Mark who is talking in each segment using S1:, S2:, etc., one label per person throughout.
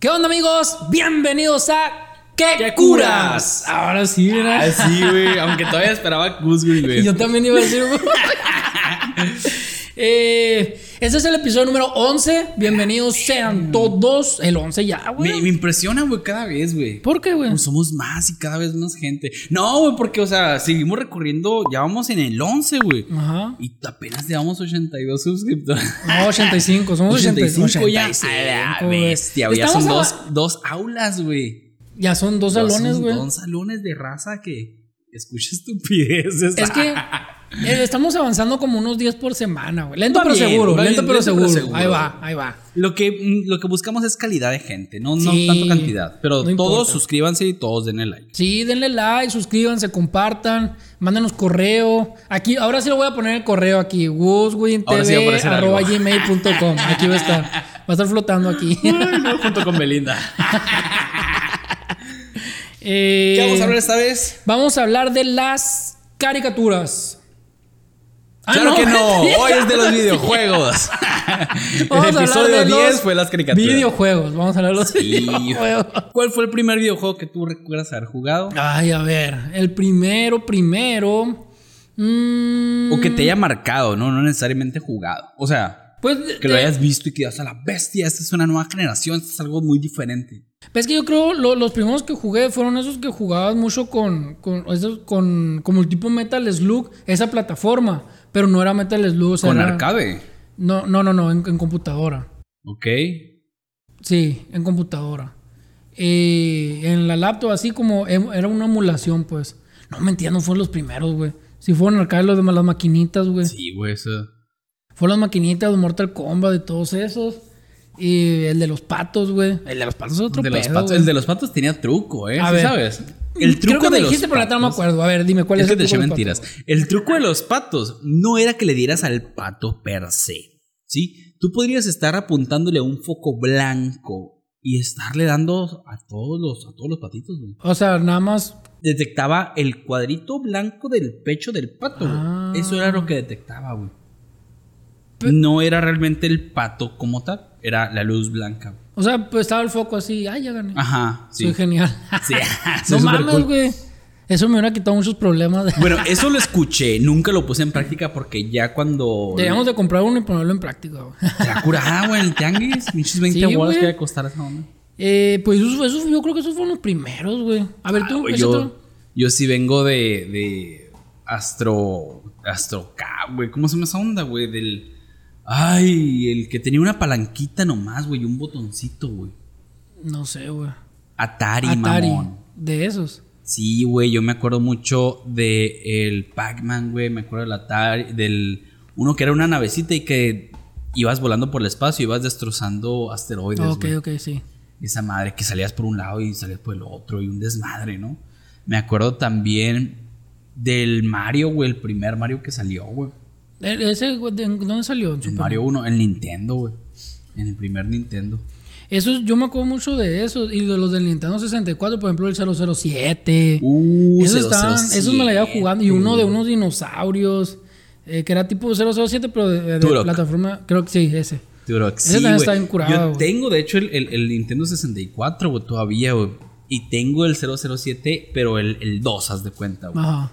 S1: ¿Qué onda amigos? Bienvenidos a ¿Qué,
S2: ¿Qué
S1: curas?
S2: curas?
S1: Ahora sí, mira.
S2: Ah, sí, güey. Aunque todavía esperaba Gooseberry, güey.
S1: Yo también iba a decir. güey. Eh, este es el episodio número 11. Bienvenidos sean todos. El 11 ya,
S2: Me,
S1: güey.
S2: me impresiona, güey, cada vez, güey.
S1: ¿Por qué, güey?
S2: Pues Somos más y cada vez más gente. No, güey, porque, o sea, seguimos recorriendo. Ya vamos en el 11, güey.
S1: Ajá.
S2: Y apenas llevamos 82 suscriptores.
S1: No, 85. Somos 85.
S2: 85, ya. A la
S1: güey.
S2: bestia, güey. Ya
S1: Estamos
S2: son
S1: a-
S2: dos, dos aulas, güey.
S1: Ya son dos
S2: Ya son
S1: salones, güey.
S2: Dos salones de raza que escucha estupideces.
S1: Es que eh, estamos avanzando como unos 10 por semana, güey. Lento
S2: Va
S1: pero
S2: bien,
S1: seguro,
S2: va bien,
S1: lento pero
S2: lento pero
S1: seguro.
S2: seguro,
S1: Ahí va,
S2: güey.
S1: ahí va.
S2: Lo que, mm, lo que buscamos es calidad de gente, no,
S1: Sí,
S2: no tanto cantidad. Pero
S1: no
S2: todos
S1: importa.
S2: suscríbanse y todos denle like.
S1: Sí, denle like, suscríbanse, compartan, mándenos correo. Aquí, ahora sí le voy a poner el correo aquí,
S2: Ahora sí va a aparecer algo.
S1: gmail.com Aquí va a estar, va a estar flotando aquí.
S2: junto con Belinda.
S1: Eh,
S2: ¿Qué vamos a hablar esta vez?
S1: vamos a hablar de las caricaturas. Ah,
S2: claro que no,
S1: mentira.
S2: hoy es de los videojuegos.
S1: Vamos a
S2: El
S1: hablar
S2: episodio
S1: de los
S2: 10 fue las caricaturas.
S1: Videojuegos, vamos a hablar de los
S2: Sí.
S1: videojuegos.
S2: ¿Cuál fue el primer videojuego que tú recuerdas haber jugado?
S1: Ay, a ver, el primero, primero. mm,
S2: O que te haya marcado, ¿no? No necesariamente jugado. O sea,
S1: pues
S2: que lo
S1: de-
S2: hayas visto y que digas a la bestia, esta es una nueva generación, esto es algo muy diferente.
S1: Pues Es que yo creo lo- los primeros que jugué fueron esos que jugabas mucho con, con, esos- con como el tipo Metal Slug, esa plataforma, pero no era Metal Slug. o sea,
S2: Con
S1: era-
S2: arcade.
S1: No, no, no, no en, en computadora.
S2: Ok.
S1: Sí, en computadora. Eh, en la laptop, así como em- era una emulación, pues. No, mentira, no fueron los primeros, güey. Sí fueron arcade los de las maquinitas, güey.
S2: Sí, güey, eso.
S1: Fueron las maquinitas de Mortal Kombat, de todos esos. Y el de los patos, güey. El de los patos es otro
S2: De los
S1: pedo,
S2: patos-
S1: güey.
S2: el de los patos tenía truco, ¿eh?
S1: A
S2: ¿Sí
S1: ver.
S2: sabes? El truco
S1: Creo que
S2: de
S1: me
S2: los
S1: dijiste, pero ahorita no me
S2: patos-
S1: acuerdo. A ver, dime, ¿cuál es,
S2: Es que
S1: el
S2: te eché
S1: truco de los
S2: mentiras.
S1: patos?
S2: El truco de los patos no era que le dieras al pato per se, ¿sí? Tú podrías estar apuntándole a un foco blanco y estarle dando a todos los, a todos los patitos, güey.
S1: O sea, nada más...
S2: Detectaba el cuadrito blanco del pecho del pato, güey.
S1: Ah.
S2: Eso era lo que detectaba, güey. No era realmente el pato como tal, era la luz blanca. güey.
S1: O sea, pues estaba el foco así. Ah, ya gané.
S2: Ajá, sí.
S1: Soy genial.
S2: Sí,
S1: no
S2: soy supercool.
S1: mames, güey. Eso me hubiera quitado muchos problemas.
S2: Bueno, eso lo escuché, nunca lo puse en práctica porque ya cuando
S1: Deberíamos de comprar uno y ponerlo en práctica, güey.
S2: La curada, güey, el tianguis. Pinches 20
S1: Sí,
S2: bolas
S1: güey.
S2: que va a costar esa onda.
S1: Eh, pues eso, eso- yo creo que esos fueron los primeros, güey. A ver, tú,
S2: Ah, Güey,
S1: ese
S2: yo,
S1: otro.
S2: yo sí vengo de, de Astro. Astro K, güey. ¿Cómo se llama esa onda, güey? Del. Ay, el que tenía una palanquita nomás, güey, y un botoncito, güey.
S1: No sé, güey.
S2: Atari,
S1: Atari.
S2: mamón.
S1: De esos.
S2: Sí, güey, yo me acuerdo mucho de el Pac-Man, güey, me acuerdo del Atari, del uno que era una navecita y que ibas volando por el espacio y ibas destrozando asteroides,
S1: ok,
S2: Pues, güey.
S1: ok, sí.
S2: esa madre que salías por un lado y salías por el otro y un desmadre, ¿no? Me acuerdo también del Mario, güey, el primer Mario que salió, güey.
S1: E- ¿Ese, güey, de- dónde salió? En
S2: El
S1: Super-
S2: Mario 1, el Nintendo, güey. En el primer Nintendo.
S1: Esos, yo me acuerdo mucho de esos. Y de los del Nintendo 64, por ejemplo, el 007.
S2: Uh,
S1: esos, estaban, esos me la iba
S2: llevo
S1: jugando. Y uno de unos dinosaurios. eh, que era tipo 007, pero de, de- de
S2: Turok.
S1: plataforma. Creo que sí, ese.
S2: Durox,
S1: Ese
S2: sí,
S1: también
S2: güey.
S1: está bien curado,
S2: Yo
S1: güey.
S2: tengo, de hecho, el, el- el Nintendo 64, güey, todavía, güey. Y tengo el 007, pero el, el 2, haz de cuenta, güey.
S1: Ajá.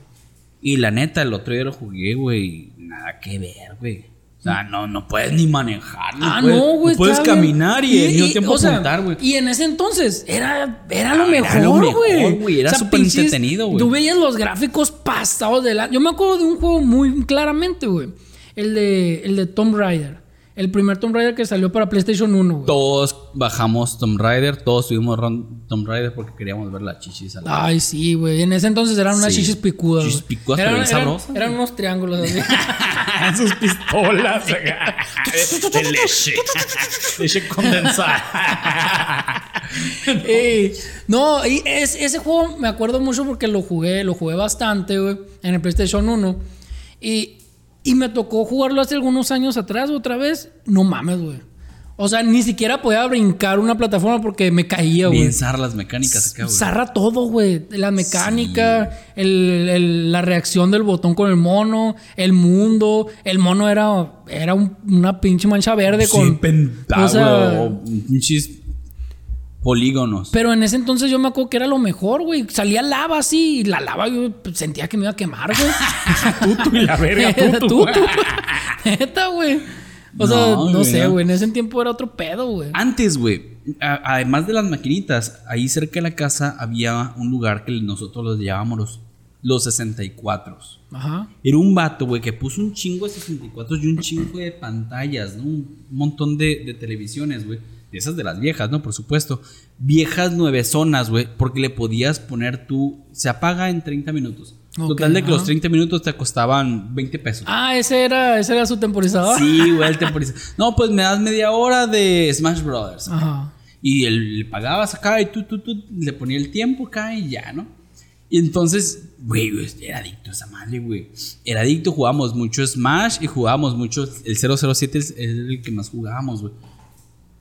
S2: Y la neta, el otro día lo jugué, güey. Nada que ver, güey. O sea, no, no puedes ni manejarlo.
S1: Ah,
S2: puedes-
S1: no, güey.
S2: Puedes
S1: está bien.
S2: caminar y, al mismo tiempo
S1: o sea,
S2: apuntar, güey.
S1: Y en ese entonces era, era lo
S2: Ah, era lo
S1: mejor,
S2: mejor,
S1: güey.
S2: güey, era súper
S1: pinches-
S2: entretenido, güey.
S1: Tú veías los gráficos pasados de la. Yo me acuerdo de un juego muy claramente, güey. El de, el de Tomb Raider. El primer Tomb Raider que salió para PlayStation 1, güey.
S2: Todos bajamos Tomb Raider, todos subimos ron- Tomb Raider porque queríamos ver las chichis a la
S1: Ay, sí, güey. En ese entonces eran unas
S2: Sí.
S1: chichis picudas.
S2: Chichis
S1: güey.
S2: picudas,
S1: eran,
S2: pero bien
S1: eran-
S2: sabrosas,
S1: eran unos triángulos así.
S2: Sus pistolas de leche. leche condensada.
S1: Eh, no, y es- ese juego me acuerdo mucho porque lo jugué, lo jugué bastante, güey, en el PlayStation 1. Y, y me tocó jugarlo hace algunos años atrás otra vez. No mames, güey. O sea, ni siquiera podía brincar una plataforma porque me caía, güey.
S2: Pensar las mecánicas acá, güey.
S1: Zarra todo, güey. La mecánica, el- el- la reacción del botón con el mono, el mundo. El mono era, era un- una pinche mancha verde
S2: Sí,
S1: con...
S2: pen-
S1: o sea,
S2: ah, güey, o pinches polígonos.
S1: Pero en ese entonces yo me acuerdo que era lo mejor, güey. Salía lava así y la lava yo sentía que me iba a quemar, güey.
S2: Tutu y la verga,
S1: Era
S2: tutu.
S1: tú, tú. Neta, güey. O sea,
S2: No,
S1: no
S2: güey,
S1: sé,
S2: no.
S1: güey. En ese tiempo era otro pedo, güey.
S2: Antes, güey, a- además de las maquinitas, ahí cerca de la casa había un lugar que nosotros los llamábamos los, los 64.
S1: Ajá.
S2: Era un vato, güey, que puso un chingo de 64 y un chingo de pantallas, ¿no? Un montón de, de televisiones, güey. De esas de las viejas, ¿no? Por supuesto. Viejas nueve zonas, güey, porque le podías poner tú. Se apaga en 30 minutos.
S1: Ok,
S2: Total de que los
S1: ajá.
S2: 30 minutos te costaban 20 pesos.
S1: Ah, ese era, ese era su temporizador.
S2: Sí, güey, el temporizador. No, pues me das media hora de Smash Brothers.
S1: Ajá.
S2: Y él, le pagabas acá y tú, tú, tú, le ponía el tiempo acá y ya, ¿no? Y entonces, güey, güey, era adicto a esa madre, güey. Era adicto, jugábamos mucho Smash y jugábamos mucho. El 007 es es el que más jugábamos, güey.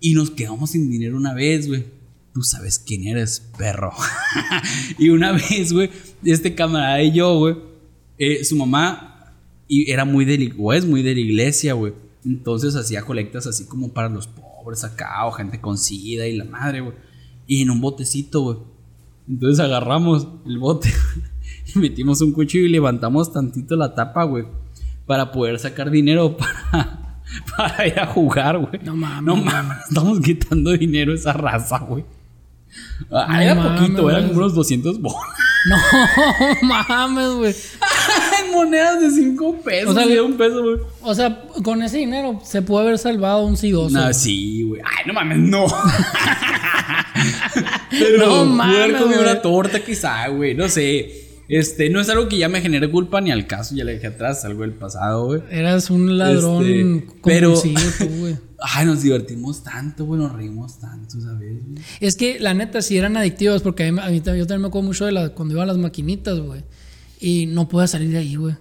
S2: Y nos quedamos sin dinero una vez, güey. Tú sabes quién eres, perro. y una vez, güey, este camarada y yo, güey, eh, su mamá y era muy de, la- o es muy de la iglesia, güey. Entonces hacía colectas así como para los pobres acá o gente con sida y la madre, güey. Y en un botecito, güey. Entonces agarramos el bote y metimos un cuchillo y levantamos tantito la tapa, güey, para poder sacar dinero para, para ir a jugar, güey.
S1: No mames.
S2: No mames, estamos quitando dinero a esa raza, güey. Ah,
S1: No
S2: era
S1: mames,
S2: poquito, eran
S1: güey.
S2: como unos 200 bolas.
S1: No mames, güey.
S2: en monedas de 5 pesos,
S1: O sea,
S2: y de un peso, güey.
S1: O sea, con ese dinero se puede haber salvado un sidoso.
S2: No,
S1: güey.
S2: sí, güey. Ay, no mames, no. Pero
S1: No
S2: no
S1: mames, güey.
S2: una torta quizá, güey, no sé. Este, no es algo que ya me genere culpa ni al caso, ya le dejé atrás, algo del pasado, güey.
S1: Eras un ladrón
S2: Este, pero-
S1: compulsivo tú, güey.
S2: Ay, nos divertimos tanto, güey, nos reímos tanto, ¿sabes? güey?
S1: Es que la neta sí eran adictivos porque a mí, a mí también- yo también me acuerdo mucho de la, cuando iba a las maquinitas, güey. Y no podía salir de ahí, güey.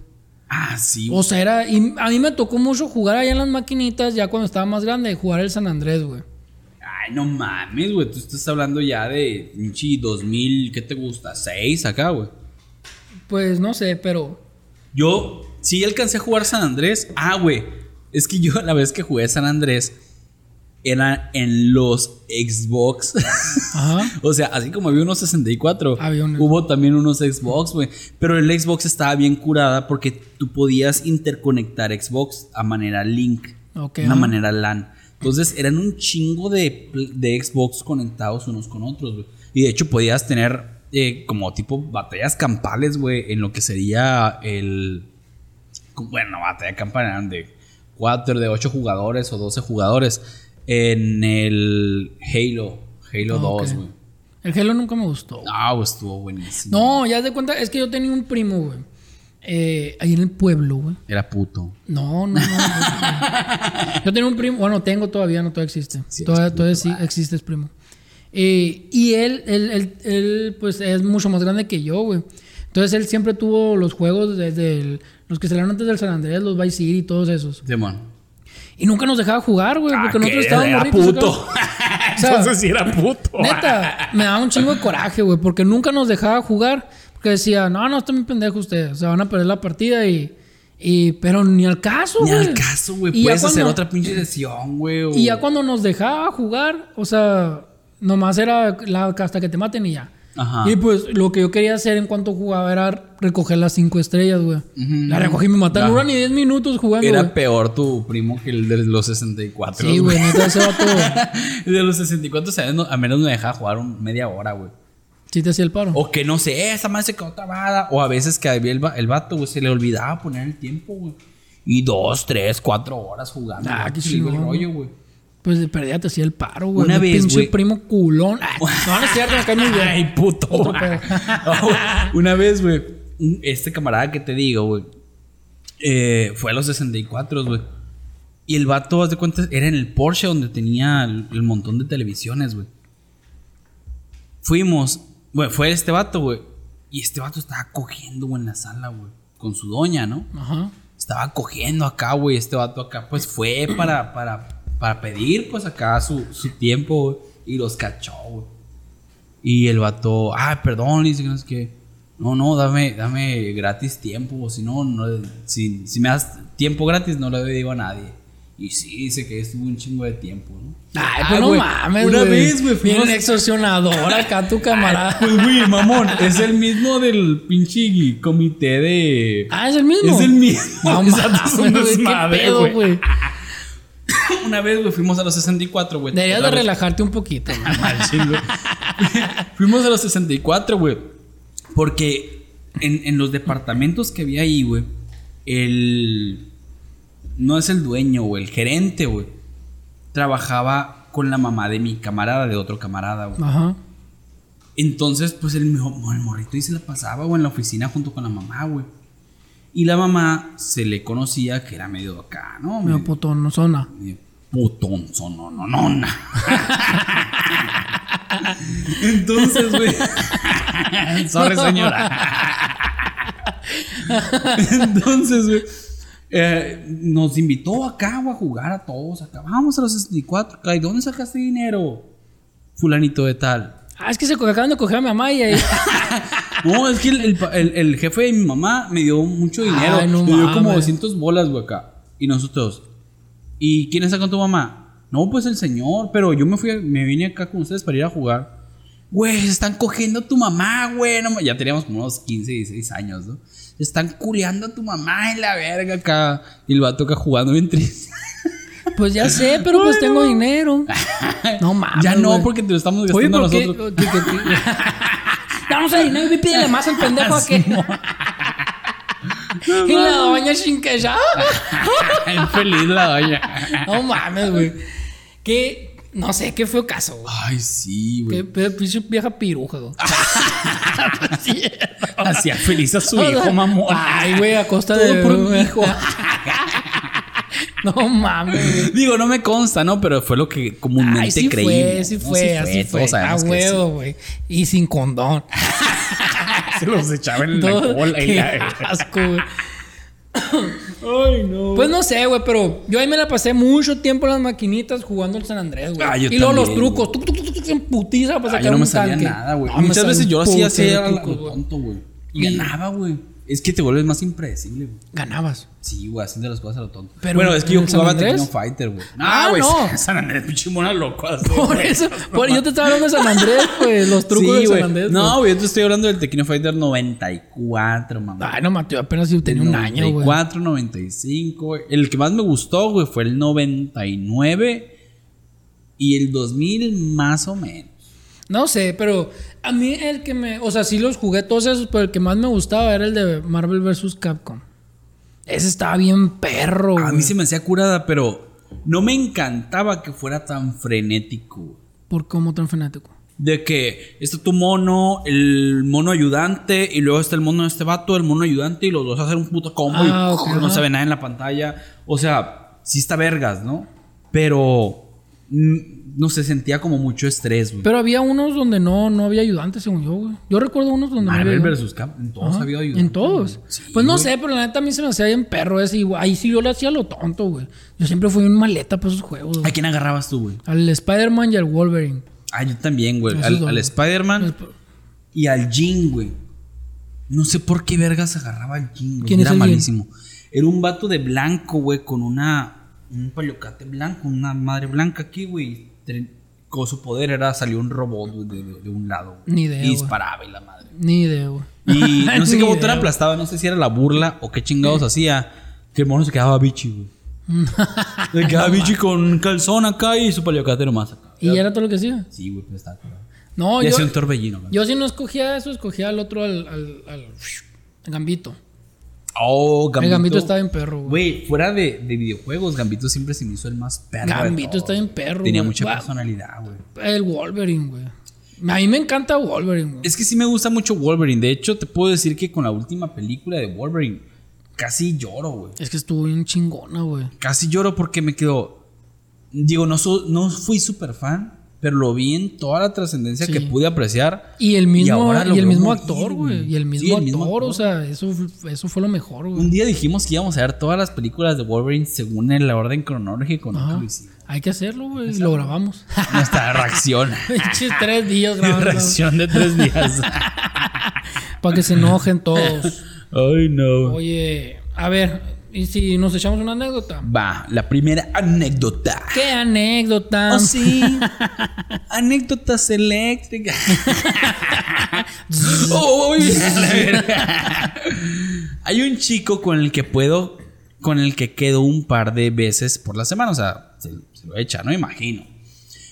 S2: Ah, sí.
S1: O sea, era. y a mí me tocó mucho jugar allá en las maquinitas, ya cuando estaba más grande, jugar el San Andrés, güey.
S2: Ay, no mames, güey. Tú estás hablando ya de pinche 2000, ¿qué te gusta? ¿Seis acá, güey?
S1: Pues no sé, pero.
S2: Yo sí alcancé a jugar San Andrés. Ah, güey. Es que yo la vez que jugué San Andrés era en los Xbox.
S1: Ajá.
S2: o sea, así como había unos 64,
S1: Había un-
S2: hubo también unos Xbox, güey. Pero el Xbox estaba bien curada porque tú podías interconectar Xbox a manera link,
S1: Ok,
S2: de una
S1: ajá.
S2: manera LAN. Entonces eran un chingo de, pl- de Xbox conectados unos con otros, güey. Y de hecho podías tener eh, como tipo batallas campales, güey, en lo que sería el, bueno, batalla campana eran de 4, de 8 jugadores o 12 jugadores en el Halo, Halo
S1: Ah,
S2: 2,
S1: ok.
S2: güey.
S1: El Halo nunca me gustó. güey.
S2: Ah, güey, estuvo buenísimo.
S1: No, ya de cuenta, es que yo tenía un primo, güey. eh, ahí en el pueblo, güey.
S2: Era puto.
S1: No, no, no. no. Yo tenía un primo, bueno, tengo todavía, no, todavía existe.
S2: Sí,
S1: todavía
S2: eres
S1: todavía sí existes, primo. Eh, y él, él, él, él, pues es mucho más grande que yo, güey. Entonces él siempre tuvo los juegos desde el- los que salieron antes del San Andrés, los Vice City y todos esos.
S2: Demon.
S1: Y nunca nos dejaba jugar, güey, porque nosotros estábamos
S2: Ah, era
S1: morritos acá.
S2: puto.
S1: O sea,
S2: Entonces sí era puto.
S1: Neta, me daba un chingo de coraje, güey, porque nunca nos dejaba jugar. Porque decía, no, no, están bien pendejos ustedes, se van a perder la partida y. y pero ni al caso,
S2: Ni
S1: güey.
S2: al caso, güey.
S1: Y ya
S2: Puedes hacer
S1: cuando-
S2: otra pinche sesión, güey. o-
S1: Y ya cuando nos dejaba jugar, o sea, nomás era la, hasta que te maten y ya.
S2: Ajá.
S1: Y pues lo que yo quería hacer en cuanto jugaba era recoger las cinco estrellas, güey.
S2: Ujú.
S1: La recogí y me mataron. No
S2: Ajá.
S1: eran ni 10 minutos jugando.
S2: Era
S1: güey.
S2: peor tu primo que el de los 64.
S1: Sí, güey, neta, ese vato
S2: El de los 64 o sea, no- a menos me dejaba jugar un- media hora, güey.
S1: sí te hacía el paro.
S2: O que no sé, esa madre se quedó trabada. O a veces que había el, va- el vato, güey, se le olvidaba poner el tiempo, güey. Y dos, tres, cuatro horas jugando.
S1: Ah,
S2: güey,
S1: qué
S2: se le iba el
S1: chingón,
S2: rollo, güey.
S1: Pues de perdida te hacía el paro, güey.
S2: Una
S1: Un
S2: vez,
S1: pinche
S2: güey.
S1: primo culón. Ah, no, no es cierto, me cae muy bien.
S2: Ay, puto. Oh,
S1: Otro pedo.
S2: Una vez, güey, un- este camarada que te digo, güey, eh, fue a los 64, güey. Y el vato, haz de cuenta, era en el Porsche donde tenía el, el montón de televisiones, güey. Fuimos, güey, fue este vato, güey. Y este vato estaba cogiendo, güey, en la sala, güey. Con su doña, ¿no?
S1: Ajá.
S2: estaba cogiendo acá, güey. Este vato acá, pues fue para, para, para pedir, pues acá su, su tiempo, güey. Y los cachó, güey. Y el vato, ah, perdón, dice que no es que. No, no, dame, dame gratis tiempo, o si no, no si, si me das tiempo gratis, no le digo a nadie. Y sí, se que estuvo un chingo de tiempo, ¿no? Ah,
S1: Ay, pues no
S2: güey,
S1: mames,
S2: Una
S1: güey.
S2: vez, güey, fuimos-
S1: Bien extorsionador acá tu camarada.
S2: Pues, güey, mamón, es el mismo del pinche comité de.
S1: Ah, es el mismo.
S2: Es el mismo.
S1: No
S2: Esa
S1: mames,
S2: es un
S1: güey, qué
S2: desmadre,
S1: pedo,
S2: güey.
S1: güey.
S2: Una vez, güey, fuimos a los 64, güey.
S1: Deberías de
S2: Otra vez.
S1: relajarte un poquito, güey.
S2: Machín, güey. Fuimos a los 64, güey. Porque en, en los departamentos que había ahí, güey, el. No es el dueño, güey, el gerente, güey. Trabajaba con la mamá de mi camarada, de otro camarada, güey.
S1: Ajá.
S2: Entonces, pues el, mo- el morrito y se la pasaba, güey, en la oficina junto con la mamá, güey. Y la mamá se le conocía que era medio acá, ¿no?
S1: Medio puto, no zona.
S2: Eh, Putón, no, no, no. Entonces, güey. Sorry, señora. Entonces, güey. eh, nos invitó acá güey, a jugar a todos. Acá vamos a los 64. acá, ¿Y dónde sacaste dinero? Fulanito de tal.
S1: Ah, es que se co- acaban de coger a mi mamá y ahí.
S2: No, es que el, el pa- el- el jefe de mi mamá me dio mucho dinero.
S1: Ay, no
S2: me dio como
S1: mames.
S2: 200 bolas, güey, acá. Y nosotros. ¿Y quién está con tu mamá? No, pues el señor. Pero yo me fui, a- me vine acá con ustedes para ir a jugar. Güey, se están cogiendo a tu mamá, güey. no ma- ya teníamos como unos 15, 16 años, ¿no? Se están culeando a tu mamá en la verga acá. Y el vato acá jugando bien triste.
S1: Pues ya sé, pero pues tengo dinero. No mames.
S2: ya no,
S1: güey.
S2: porque te lo estamos
S1: Oye,
S2: gastando
S1: ¿por qué? Oh,
S2: nosotros.
S1: ¿Qué- qué- qué? Danos el dinero y pídele más al pendejo a que. y la doña Shinkesha.
S2: Feliz la doña.
S1: No mames, güey. Que. No sé, qué feo caso, güey.
S2: Ay, sí, güey.
S1: Qué pe- pinche vieja piruja, güey. Pues Sí.
S2: Hacía feliz a su
S1: O sea,
S2: hijo, mamón.
S1: Ay, güey, a costa
S2: Todo
S1: de.
S2: por un
S1: hijo. no mames, güey.
S2: Digo, no me consta, ¿no? Pero fue lo que comúnmente
S1: Ay, sí
S2: creímos.
S1: fue, sí
S2: No,
S1: fue, así fue.
S2: Todos
S1: A
S2: sabemos que sí.
S1: huevo, güey. Y sin condón.
S2: Se los echaba en
S1: Todo-
S2: en
S1: qué asco, güey.
S2: Ay, Ah, no.
S1: Pues no sé, güey, pero yo ahí me la pasé mucho tiempo en las maquinitas jugando el San Andrés, güey.
S2: Ah, yo
S1: y luego los
S2: también,
S1: trucos. Tuc, tuc, tuc, tuc, en putiza para
S2: Ay,
S1: sacar
S2: yo no
S1: un
S2: me sabía
S1: tanque.
S2: nada, güey.
S1: No, me
S2: Muchas
S1: sabía
S2: veces
S1: un
S2: yo hacía así
S1: putero
S2: a
S1: de
S2: la-
S1: trucos,
S2: lo
S1: güey.
S2: tonto, güey. Y
S1: Y-
S2: ganaba, güey. Es que te vuelves más impredecible, güey.
S1: Ganabas.
S2: Sí, güey, haciendo las cosas a lo tonto.
S1: Pero,
S2: bueno, es que yo
S1: ¿en San
S2: jugaba
S1: Andrés?
S2: Tekken Fighter, güey.
S1: Ah,
S2: güey,
S1: no.
S2: San Andrés, pinche mona loco. así,
S1: Por
S2: güey.
S1: eso, por, yo te estaba hablando de San Andrés, güey. Los trucos
S2: Sí,
S1: de
S2: güey.
S1: San Andrés. güey.
S2: No, güey, yo te estoy hablando del Tekken Fighter 94, mamá.
S1: Ay, no, Mateo, apenas si tenía un año, güey.
S2: 94, 95, güey. El que más me gustó, güey, fue el 99 y el 2000 más o menos.
S1: No sé, pero a mí el que me. O sea, sí los jugué todos esos, pero el que más me gustaba era el de Marvel vs. Capcom. Ese estaba bien perro,
S2: A mí
S1: güey.
S2: se me hacía curada, pero no me encantaba que fuera tan frenético. güey.
S1: Por cómo tan fanático.
S2: De que está tu mono, el mono ayudante, y luego está el mono de este vato, el mono ayudante, y los dos hacen un puto combo y
S1: Ah, ok,
S2: no
S1: ajá.
S2: se ve nada en la pantalla. O sea, sí está vergas, ¿no? Pero mm, no se sentía como mucho estrés, güey.
S1: Pero había unos donde no, no había ayudantes, según yo, güey. Yo recuerdo unos donde no había
S2: Marvel
S1: ayudantes.
S2: versus Cap, en todos
S1: Ajá,
S2: ha habido ayuda.
S1: En todos.
S2: Sí,
S1: pues no
S2: güey.
S1: sé, pero la neta a mí se me hacía bien perro ese. y, güey, ahí sí yo le hacía lo tonto, güey. Yo siempre fui un maleta para esos juegos.
S2: ¿A
S1: güey.
S2: quién agarrabas tú, güey?
S1: Al Spider-Man y al Wolverine. Pues,
S2: Ah, yo también, güey.
S1: Esos
S2: Al,
S1: dos.
S2: al Spider-Man y al Jin, güey. No sé por qué vergas agarraba al Jin, güey.
S1: ¿Quién es
S2: Era
S1: el Jin?
S2: malísimo. Era un vato de blanco, güey, con una. Un paliocate blanco, una madre blanca aquí, güey. Tre- Con su poder era salió un robot, güey, de, de- de un lado. güey.
S1: Ni idea,
S2: Y
S1: güey.
S2: disparaba y la madre.
S1: Ni idea, güey.
S2: Y no sé
S1: Ni
S2: qué botón
S1: idea, güey.
S2: aplastaba, no sé si era la burla o qué chingados hacía. Que el mono se quedaba bichi, güey. Se quedaba bichi con un calzón acá y su paliocate nomás acá.
S1: Y era todo lo que hacía.
S2: Sí, güey, pero estaba curado.
S1: No,
S2: y
S1: yo,
S2: hacía un torbellino, güey.
S1: yo si no escogía eso, escogía al otro, al, al, al- Gambito.
S2: Oh, Gambito.
S1: El Gambito está bien perro, güey.
S2: Güey, fuera de, de videojuegos, Gambito siempre se me hizo el más perro. de
S1: Gambito
S2: todos.
S1: está bien perro,
S2: Tenía
S1: güey.
S2: mucha
S1: Guau.
S2: personalidad, güey.
S1: El Wolverine, güey. A mí me encanta Wolverine, güey.
S2: Es que sí me gusta mucho Wolverine. De hecho, te puedo decir que con la última película de Wolverine casi lloro, güey.
S1: Es que estuvo bien chingona, güey.
S2: casi lloro porque me quedo. Digo, no, so- no fui súper fan, pero lo vi en toda la trascendencia
S1: Sí.
S2: que pude apreciar.
S1: Y el mismo,
S2: ahora lo
S1: y el
S2: veo
S1: mismo
S2: morir,
S1: actor, güey.
S2: güey.
S1: Y el mismo
S2: Sí, el
S1: actor,
S2: mismo
S1: o
S2: actor.
S1: sea, eso, f- eso fue lo mejor, güey.
S2: Un día dijimos que íbamos a ver todas las películas de Wolverine según el orden cronológico. nunca
S1: Ajá.
S2: lo hicimos.
S1: Hay que hacerlo, güey. y Lo grabamos.
S2: Nuestra reacción.
S1: Pinches tres días grabando.
S2: reacción de tres días.
S1: Para que se enojen todos.
S2: Ay, no.
S1: Oye, a ver, Y si nos echamos una anécdota.
S2: Va, la primera anécdota.
S1: ¿Qué anécdota?
S2: Oh, sí. Anécdotas eléctricas. Oh, muy bien, la verga. Hay un chico con el que puedo, con el que quedo un par de veces por la semana. O sea, se, se lo echa, no imagino.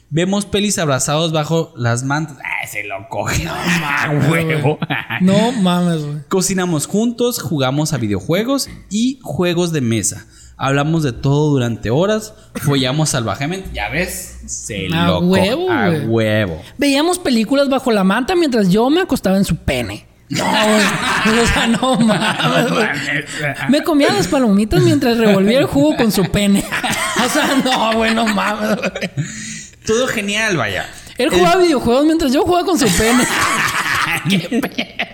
S2: Vemos pelis abrazados bajo las mantas. Ah, se lo coge. No, ma, huevo.
S1: No mames, güey.
S2: Cocinamos juntos, jugamos a videojuegos y juegos de mesa. Hablamos de todo durante horas, follamos salvajemente. Ya ves, se
S1: A
S2: loco.
S1: huevo,
S2: a
S1: güey.
S2: huevo.
S1: Veíamos películas bajo la manta mientras yo me acostaba en su pene. No, güey. O sea, no mames. güey. Me comía las palomitas mientras revolvía el jugo con su pene. O sea, no, güey, no mames. güey.
S2: Todo genial, vaya.
S1: Él jugaba videojuegos mientras yo jugaba con su pene.
S2: Qué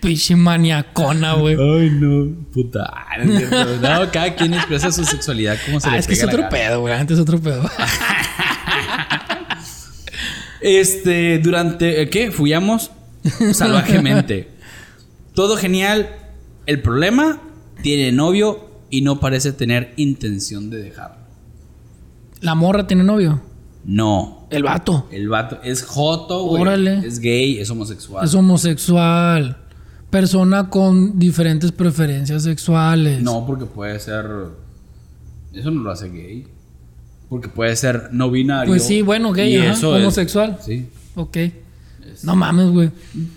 S1: Pichi maniacona, güey.
S2: Ay, no, puta. Ah, No, es cierto. No, cada quien expresa su sexualidad como se
S1: Ah,
S2: le
S1: es que es
S2: pega la
S1: otro
S2: gana.
S1: pedo, güey. Antes es otro pedo.
S2: Este, durante, eh, ¿qué? Fuíamos salvajemente. Todo genial. El problema, tiene novio y no parece tener intención de dejarlo.
S1: La morra tiene novio.
S2: No.
S1: El vato.
S2: El vato es joto, güey.
S1: Órale.
S2: Es gay, es homosexual.
S1: Es homosexual. Persona con diferentes preferencias sexuales.
S2: No, porque puede ser. Eso no lo hace gay. Porque puede ser no binario.
S1: Pues sí, bueno, gay,
S2: y
S1: ajá,
S2: eso es-
S1: homosexual.
S2: sí.
S1: Ok. No mames, güey.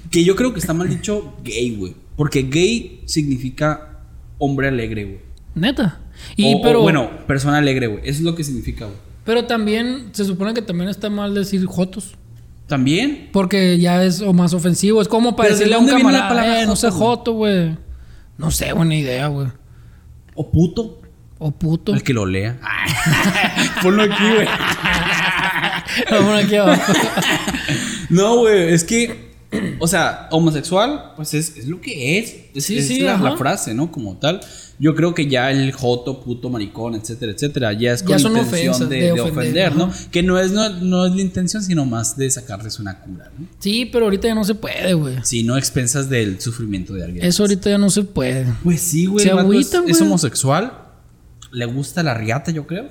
S2: Que yo creo que está mal dicho gay, güey. Porque gay significa hombre alegre, güey.
S1: Neta. Y
S2: O- o,
S1: pero.
S2: bueno, persona alegre, güey. Eso es lo que significa, güey.
S1: Pero también se supone que también está mal decir jotos.
S2: También.
S1: Porque ya es o más ofensivo. Es como para
S2: Pero ¿de
S1: decirle a un
S2: dónde viene la
S1: camarada,
S2: palabra
S1: "Eh, no sé,
S2: joto, güey?"
S1: joto, güey. No sé, buena idea, güey.
S2: O puto.
S1: O puto.
S2: El que lo lea. Ponlo aquí, güey.
S1: Vamos aquí abajo.
S2: No, güey. Es que. O sea, homosexual, pues es, es lo que es. Es,
S1: Sí,
S2: es
S1: sí,
S2: la, la
S1: ajá.
S2: frase, ¿no? Como tal. Yo creo que ya el joto, puto, maricón, etcétera, etcétera, ya es
S1: Ya
S2: con
S1: son
S2: intención
S1: ofensas
S2: de,
S1: de
S2: de
S1: ofender,
S2: ofender, ¿no? Que no es, no, no es la intención, sino más de sacarles una cura, ¿no?
S1: Sí, pero ahorita ya no se puede, güey.
S2: Si no expensas del sufrimiento de alguien.
S1: Eso ahorita ya no se puede.
S2: Pues sí, güey.
S1: Se
S2: el vato
S1: agüita,
S2: es, es
S1: güey.
S2: homosexual. Le gusta la riata, yo creo.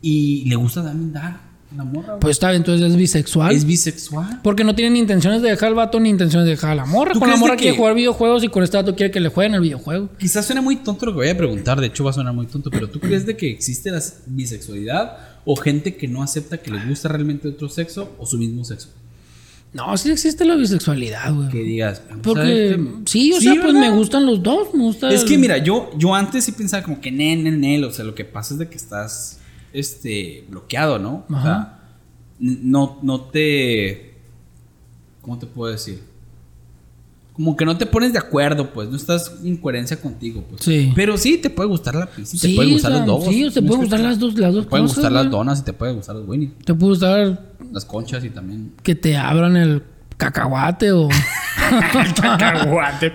S2: Y le gusta también dar la morra. güey.
S1: Pues está bien, entonces es bisexual.
S2: es bisexual.
S1: Porque no tienen intenciones de dejar al vato ni intenciones de dejar a la morra.
S2: ¿Tú
S1: Con la
S2: crees de
S1: morra
S2: que-
S1: quiere jugar videojuegos y con este vato quiere que le jueguen el videojuego.
S2: Quizás suene muy tonto lo que voy a preguntar. De hecho, va a sonar muy tonto. Pero ¿tú crees de que existe la bisexualidad? O gente que no acepta que le gusta realmente otro sexo o su mismo sexo.
S1: No, sí existe la bisexualidad,
S2: Que
S1: güey.
S2: digas. "Vamos a ver este
S1: Porque
S2: qué-
S1: sí, o sea, pues
S2: ¿verdad?
S1: me gustan los dos. Me gusta
S2: Es que
S1: el-
S2: mira, yo, yo antes sí pensaba como que nel, nel, nel. O sea, lo que pasa es de que estás este, bloqueado, ¿no? O sea,
S1: Ajá.
S2: n- no, no te. ¿Cómo te puedo decir? Como que no te pones de acuerdo, pues. No estás en coherencia contigo, pues.
S1: Sí.
S2: Pero sí te puede gustar la pizza. y
S1: Sí,
S2: te pueden gustar
S1: o sea,
S2: los dos.
S1: sí, te
S2: No es
S1: pueden
S2: que
S1: gustar
S2: te-
S1: las dos- las dos
S2: Te pueden
S1: cosas,
S2: gustar
S1: güey.
S2: las donas y te pueden gustar los winnies.
S1: Te puede gustar
S2: Las conchas y también.
S1: que te abran el cacahuate o.
S2: Cacahuate.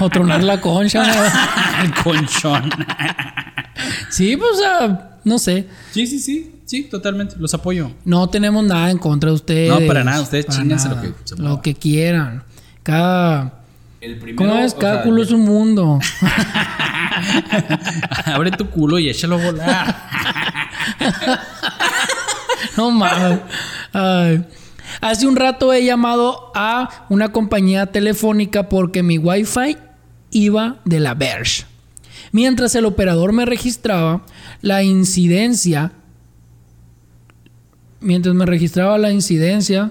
S1: o tronar la concha. ¿no?
S2: Conchón.
S1: Sí, pues, o sea, no sé.
S2: Sí, sí, sí. Sí, totalmente. Los apoyo.
S1: No tenemos nada en contra de ustedes.
S2: No, para nada. Ustedes
S1: Para
S2: chínganse
S1: nada.
S2: lo que se mueva.
S1: Lo que quieran. Cada.
S2: El primero,
S1: ¿Cómo es?
S2: o
S1: Cada
S2: sea,
S1: culo es un mundo.
S2: Abre tu culo y échalo a volar.
S1: No mames. Ay. Hace un rato he llamado a una compañía telefónica porque mi wifi iba de la verge. Mientras el operador me registraba la incidencia, mientras me registraba la incidencia,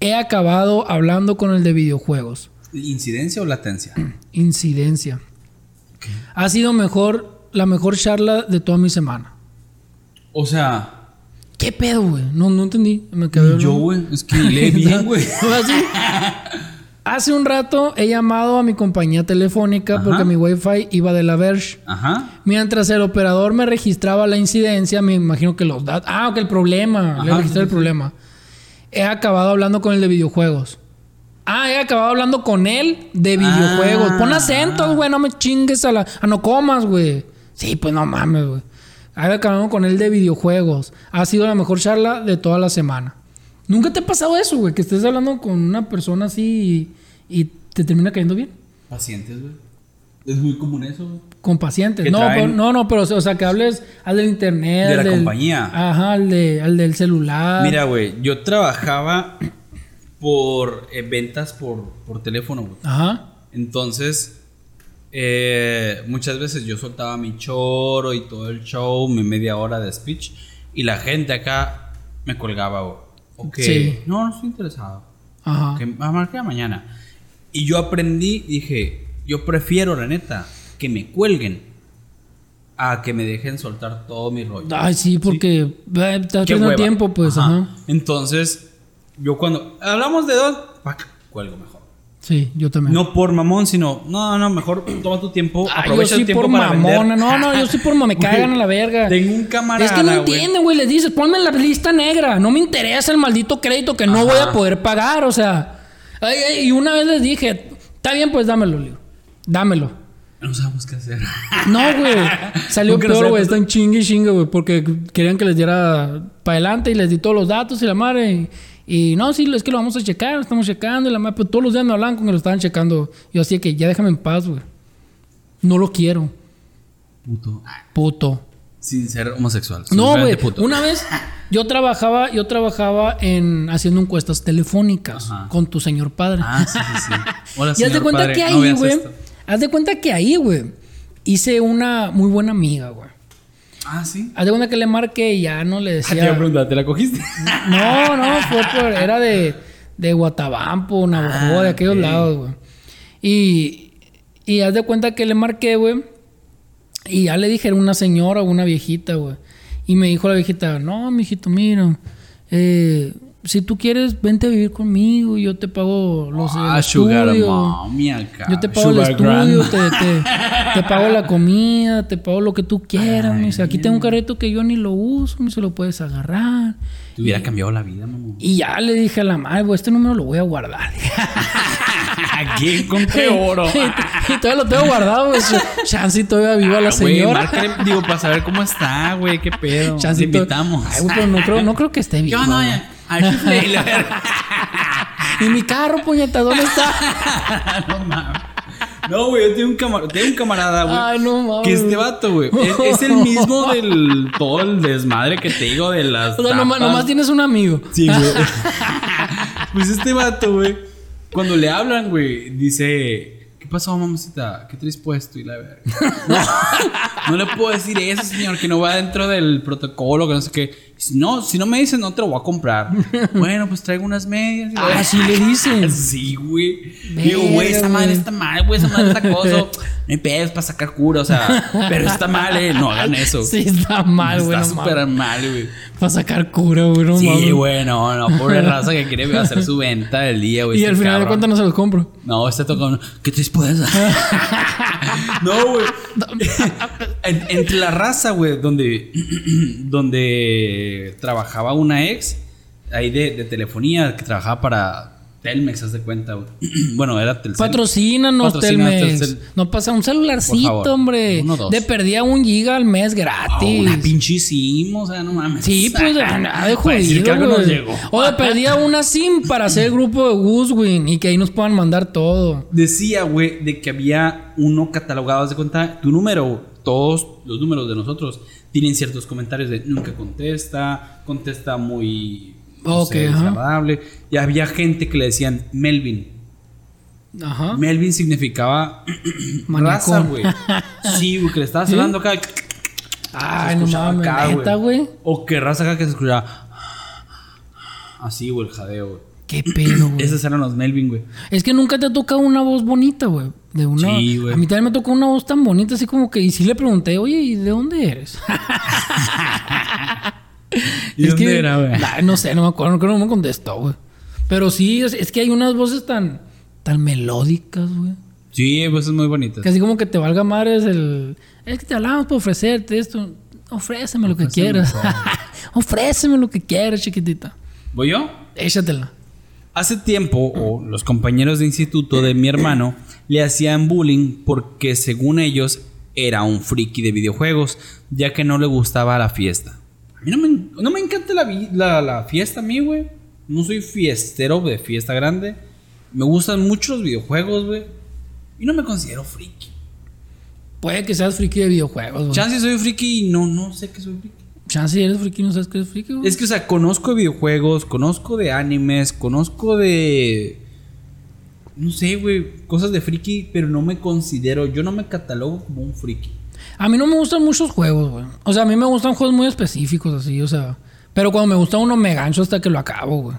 S1: he acabado hablando con el de videojuegos.
S2: ¿Incidencia o latencia?
S1: Incidencia. Ha sido mejor la mejor charla de toda mi semana.
S2: O sea,
S1: ¿Qué pedo, güey? No, no entendí. Me quedé
S2: yo,
S1: hablando.
S2: güey, es que leí bien, güey.
S1: Así. Hace un rato he llamado a mi compañía telefónica
S2: Ajá.
S1: porque mi wifi iba de la Verge.
S2: Ajá.
S1: Mientras el operador me registraba la incidencia, me imagino que los datos. Ah, que el problema. Le
S2: Ajá,
S1: registré
S2: sí,
S1: el problema. He acabado hablando con el de videojuegos. Ah, he acabado hablando con él de videojuegos.
S2: Ah.
S1: Pon acentos, güey. No me chingues a la. Ah, no comas, güey. Sí, pues no mames, güey. He acabado con él de videojuegos. Ha sido la mejor charla de toda la semana. ¿Nunca te ha pasado eso, güey? Que estés hablando con una persona así y, y te termina cayendo bien.
S2: Pacientes, güey. Es muy común eso, güey.
S1: Con pacientes.
S2: Que
S1: No,
S2: traen-
S1: pero- no, no, pero o sea, que hables al del internet.
S2: De la
S1: al del-
S2: compañía.
S1: Ajá, al, de, al del celular.
S2: Mira, güey, yo trabajaba por eh, ventas por, por teléfono, güey.
S1: Ajá.
S2: Entonces, eh, muchas veces yo soltaba mi choro y todo el show, mi media hora de speech, y la gente acá me colgaba, güey. Ok,
S1: Sí.
S2: no, no estoy interesado.
S1: Ajá.
S2: Que a marcar mañana. Y yo aprendí, dije, yo prefiero, la neta, que me cuelguen a que me dejen soltar todo mi rollo.
S1: Ay, sí, porque eh, estás
S2: Qué
S1: perdiendo
S2: hueva.
S1: tiempo, pues. Ajá.
S2: Ajá. Entonces, yo cuando hablamos de dos, pac, cuelgo mejor.
S1: Sí, yo también.
S2: No por mamón, sino, no, no, mejor toma tu tiempo,
S1: Ay, yo
S2: aprovecha
S1: sí
S2: el tiempo
S1: por
S2: para
S1: mamona.
S2: vender.
S1: No, no, yo sí por mamona. Me
S2: Güey,
S1: cagan a la verga.
S2: Tengo un camarada,
S1: Es que no
S2: güey.
S1: entienden, güey. Les dices, ponme en la lista negra. No me interesa el maldito crédito que no
S2: Ajá.
S1: voy a poder pagar. O sea, Ay, ay, y una vez les dije, está bien, pues dámelo, Leo. Dámelo.
S2: No sabemos qué hacer.
S1: No, güey. Salió
S2: Nunca lo
S1: peor,
S2: sé,
S1: güey.
S2: puto.
S1: Están chingue y chingue, güey. Porque querían que les diera para adelante y les di todos los datos y la madre. Y, y no, sí, es que lo vamos a checar, lo estamos checando y la madre. Pues todos los días me hablaban con que lo estaban checando. Yo así de que ya déjame en paz, güey. No lo quiero,
S2: Puto. Ah,
S1: puto.
S2: Sin ser homosexual.
S1: No, güey.
S2: simplemente puto.
S1: Una vez yo trabajaba, yo trabajaba en haciendo encuestas telefónicas
S2: Ajá.
S1: con tu señor padre.
S2: Ah, sí, sí, sí. Hola,
S1: y haz de
S2: señor
S1: cuenta
S2: padre,
S1: que
S2: no
S1: ahí,
S2: veas
S1: güey.
S2: esto.
S1: haz de cuenta que ahí, güey. Hice una muy buena amiga, güey.
S2: Ah, sí.
S1: Haz de cuenta que le marqué y ya no le
S2: Ah, te iba a
S1: decía.
S2: preguntar, ¿te la cogiste?
S1: No, no, fue por, era de, de Guatabampo, Navajo,
S2: Ah,
S1: de aquellos
S2: ok.
S1: lados, güey. Y, y haz de cuenta que le marqué, güey. Y ya le dije, era una señora, una viejita, güey. Y me dijo la viejita, no, mijito, mira, eh, si tú quieres, vente a vivir conmigo, yo te pago los,
S2: ah,
S1: el
S2: Sugar
S1: estudio".
S2: Mommy acá.
S1: Yo te pago
S2: sugar
S1: el estudio,
S2: grandma.
S1: te, te- te pago la comida, te pago lo que tú quieras. me dice, aquí tengo un carrito que yo ni lo uso, me se lo puedes agarrar.
S2: Te hubiera cambiado la vida, mamá.
S1: Y ya le dije a la madre, "Güey, este número lo voy a guardar.
S2: Aquí compré oro.
S1: y, todavía lo tengo guardado, pues. Chance y todavía viva la
S2: Ah, Güey,
S1: señora.
S2: márcale, digo, para saber cómo está, güey, qué pedo.
S1: Chance
S2: Te
S1: y to-
S2: invitamos.
S1: Ay, güey, pero no creo, no creo que esté viva. güey.
S2: al chifle y la verga.
S1: Y mi carro, puñeta, ¿dónde está?
S2: No mames. No, güey, yo tengo un, camar- tengo un camarada, güey.
S1: Ay, no mames.
S2: Que este vato, güey. Es, es el mismo del todo el desmadre que te digo de las.
S1: O sea, nomás,
S2: tapas.
S1: nomás tienes un amigo.
S2: Sí, güey. pues este vato, güey. Cuando le hablan, güey, dice. ¿Qué pasó, mamacita? ¿Qué traes puesto? Y la verga. No, no le puedo decir eso, señor, que no va dentro del protocolo, que no sé qué. Dice, No, si no me dicen, no te lo voy a comprar. bueno, pues traigo unas medias. y la verga.
S1: Así Ah, le dicen.
S2: Sí, güey.
S1: Verga,
S2: Digo, güey, esta madre
S1: güey.
S2: está mal, güey, esta madre está acoso. No hay pedos para sacar cura, o sea, pero está mal, eh. No hagan eso.
S1: Sí, está mal, güey.
S2: está
S1: no
S2: súper
S1: mames.
S2: mal, güey.
S1: Para sacar cura, güey. no
S2: Sí,
S1: mames.
S2: güey, no, no, pobre raza que quiere hacer su venta del día, güey.
S1: Y
S2: este
S1: al final de
S2: cabrón.
S1: cuentas no se los compro.
S2: No, está tocando. ¿Qué te puedes No, güey. En- entre la raza, güey, donde, donde trabajaba una ex, ahí de, de telefonía, que trabajaba para Telmex, haz de cuenta, güey. Bueno, era Telcel.
S1: Patrocínanos,
S2: Patrocínanos,
S1: Telmex.
S2: Telcel.
S1: No pasa un celularcito,
S2: Por favor.
S1: hombre.
S2: Uno, dos.
S1: de perdía un giga al mes
S2: Oh,
S1: gratis.
S2: una pinche sim, o sea, no mames. Ah,
S1: Sí, pues de nada de
S2: Para decir que
S1: jodido,
S2: algo nos
S1: güey.
S2: llegó.
S1: O de perdía una SIM para hacer el grupo de Goosewin y que ahí nos puedan mandar todo.
S2: Decía, güey, de que había uno catalogado, haz de cuenta, tu número, todos los números de nosotros tienen ciertos comentarios de nunca contesta, contesta muy no
S1: Ok,
S2: sé,
S1: ajá.
S2: desagradable. Y había gente que le decían Melvin.
S1: Ajá.
S2: Melvin significaba
S1: Maniacón.
S2: raza, güey. Sí, güey, que le estabas hablando acá. Se
S1: Ay, no
S2: escuchaba
S1: mames,
S2: acá,
S1: neta, güey.
S2: O que raza acá que se escuchaba. Así, güey, el jadeo, güey.
S1: Qué pedo, güey.
S2: Esos eran los Melvin, güey.
S1: Es que nunca te ha tocado una voz bonita, güey. De una.
S2: Sí, güey.
S1: A mí también me tocó una voz tan bonita, así como que. Y sí le pregunté, oye, ¿y de dónde eres?
S2: ¿Y dónde era, güey?
S1: Nah, no sé, no me acuerdo, creo que no me contestó, güey. Pero sí, es, es que hay unas voces tan, tan melódicas, güey.
S2: Sí, pues es muy bonito.
S1: Que así como que te valga madres el. Es que te hablamos para ofrecerte esto. Ofréceme lo que quieras. Ofréceme lo que quieras, chiquitita.
S2: ¿Voy yo?
S1: Échatela.
S2: Hace tiempo, o los compañeros de instituto de mi hermano le hacían bullying porque según ellos era un friki de videojuegos, ya que no le gustaba la fiesta. A mí no me, en- no me encanta la, vi- la- la fiesta, a mí, güey. No soy fiestero de fiesta grande. Me gustan mucho los videojuegos, güey. Y no me considero friki.
S1: Puede que seas friki de videojuegos, güey.
S2: Chance soy friki y no, no sé que soy friki.
S1: Chance eres friki, no sabes que eres friki, güey.
S2: Es que, o sea, conozco de videojuegos, conozco de animes, conozco de. No sé, güey, cosas de friki, pero no me considero. Yo no me catalogo como un friki.
S1: A mí no me gustan muchos juegos, güey. O sea, a mí me gustan juegos muy específicos, así, o sea. Pero cuando me gusta uno, me gancho hasta que lo acabo, güey.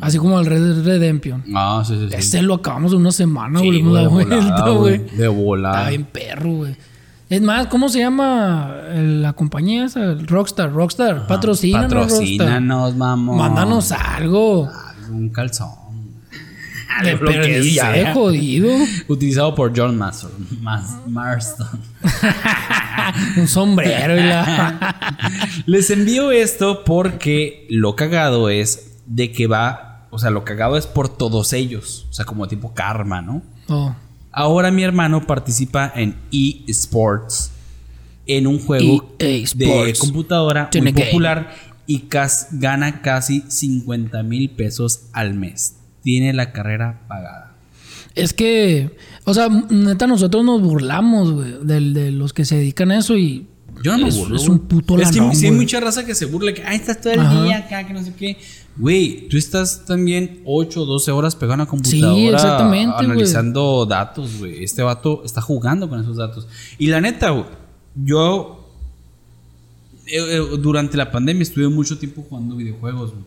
S1: Así como el Red Dead Redemption.
S2: Ah, sí, Mm. sí,
S1: Este lo acabamos en una semana,
S2: Sí,
S1: güey.
S2: güey,
S1: la
S2: de
S1: vuelta,
S2: volada,
S1: güey.
S2: güey, Ah. de volada.
S1: Está bien perro, güey. Es más, ¿cómo se llama eh, la compañía esa? El Rockstar. Rockstar, patrocínanos, Rockstar.
S2: Patrocínanos, mamón.
S1: Mándanos algo.
S2: Ah, Un calzón.
S1: De
S2: Ah, lo que sea.
S1: perdiz, eh, jodido.
S2: Utilizado por John Marston. Mas- Marston.
S1: Un sombrero y la...
S2: Les envío esto porque lo cagado es de que va, o sea, lo cagado es por todos ellos, o sea, como tipo karma, ¿no?
S1: No.
S2: Ahora mi hermano participa en eSports, en un juego
S1: EA
S2: de
S1: Sports.
S2: computadora
S1: To the
S2: muy
S1: game.
S2: popular y cas- gana casi 50 mil pesos al mes. Tiene la carrera pagada.
S1: Es que, o sea, neta, nosotros nos burlamos, güey, del- de, los que se dedican a eso y.
S2: Yo no me
S1: es,
S2: burlo.
S1: Es
S2: güey.
S1: un puto
S2: Es que
S1: lanón,
S2: sí hay
S1: güey.
S2: mucha raza que se burla que, ay, estás todo el
S1: Ajá.
S2: día acá, que no sé qué. Güey, tú estás también 8 o 12 horas pegado a una
S1: Sí,
S2: computadora.
S1: exactamente, güey.
S2: Analizando datos, güey. Este vato está jugando con esos datos. Y la neta, güey, yo. eh, eh, durante la pandemia estuve mucho tiempo jugando videojuegos, güey.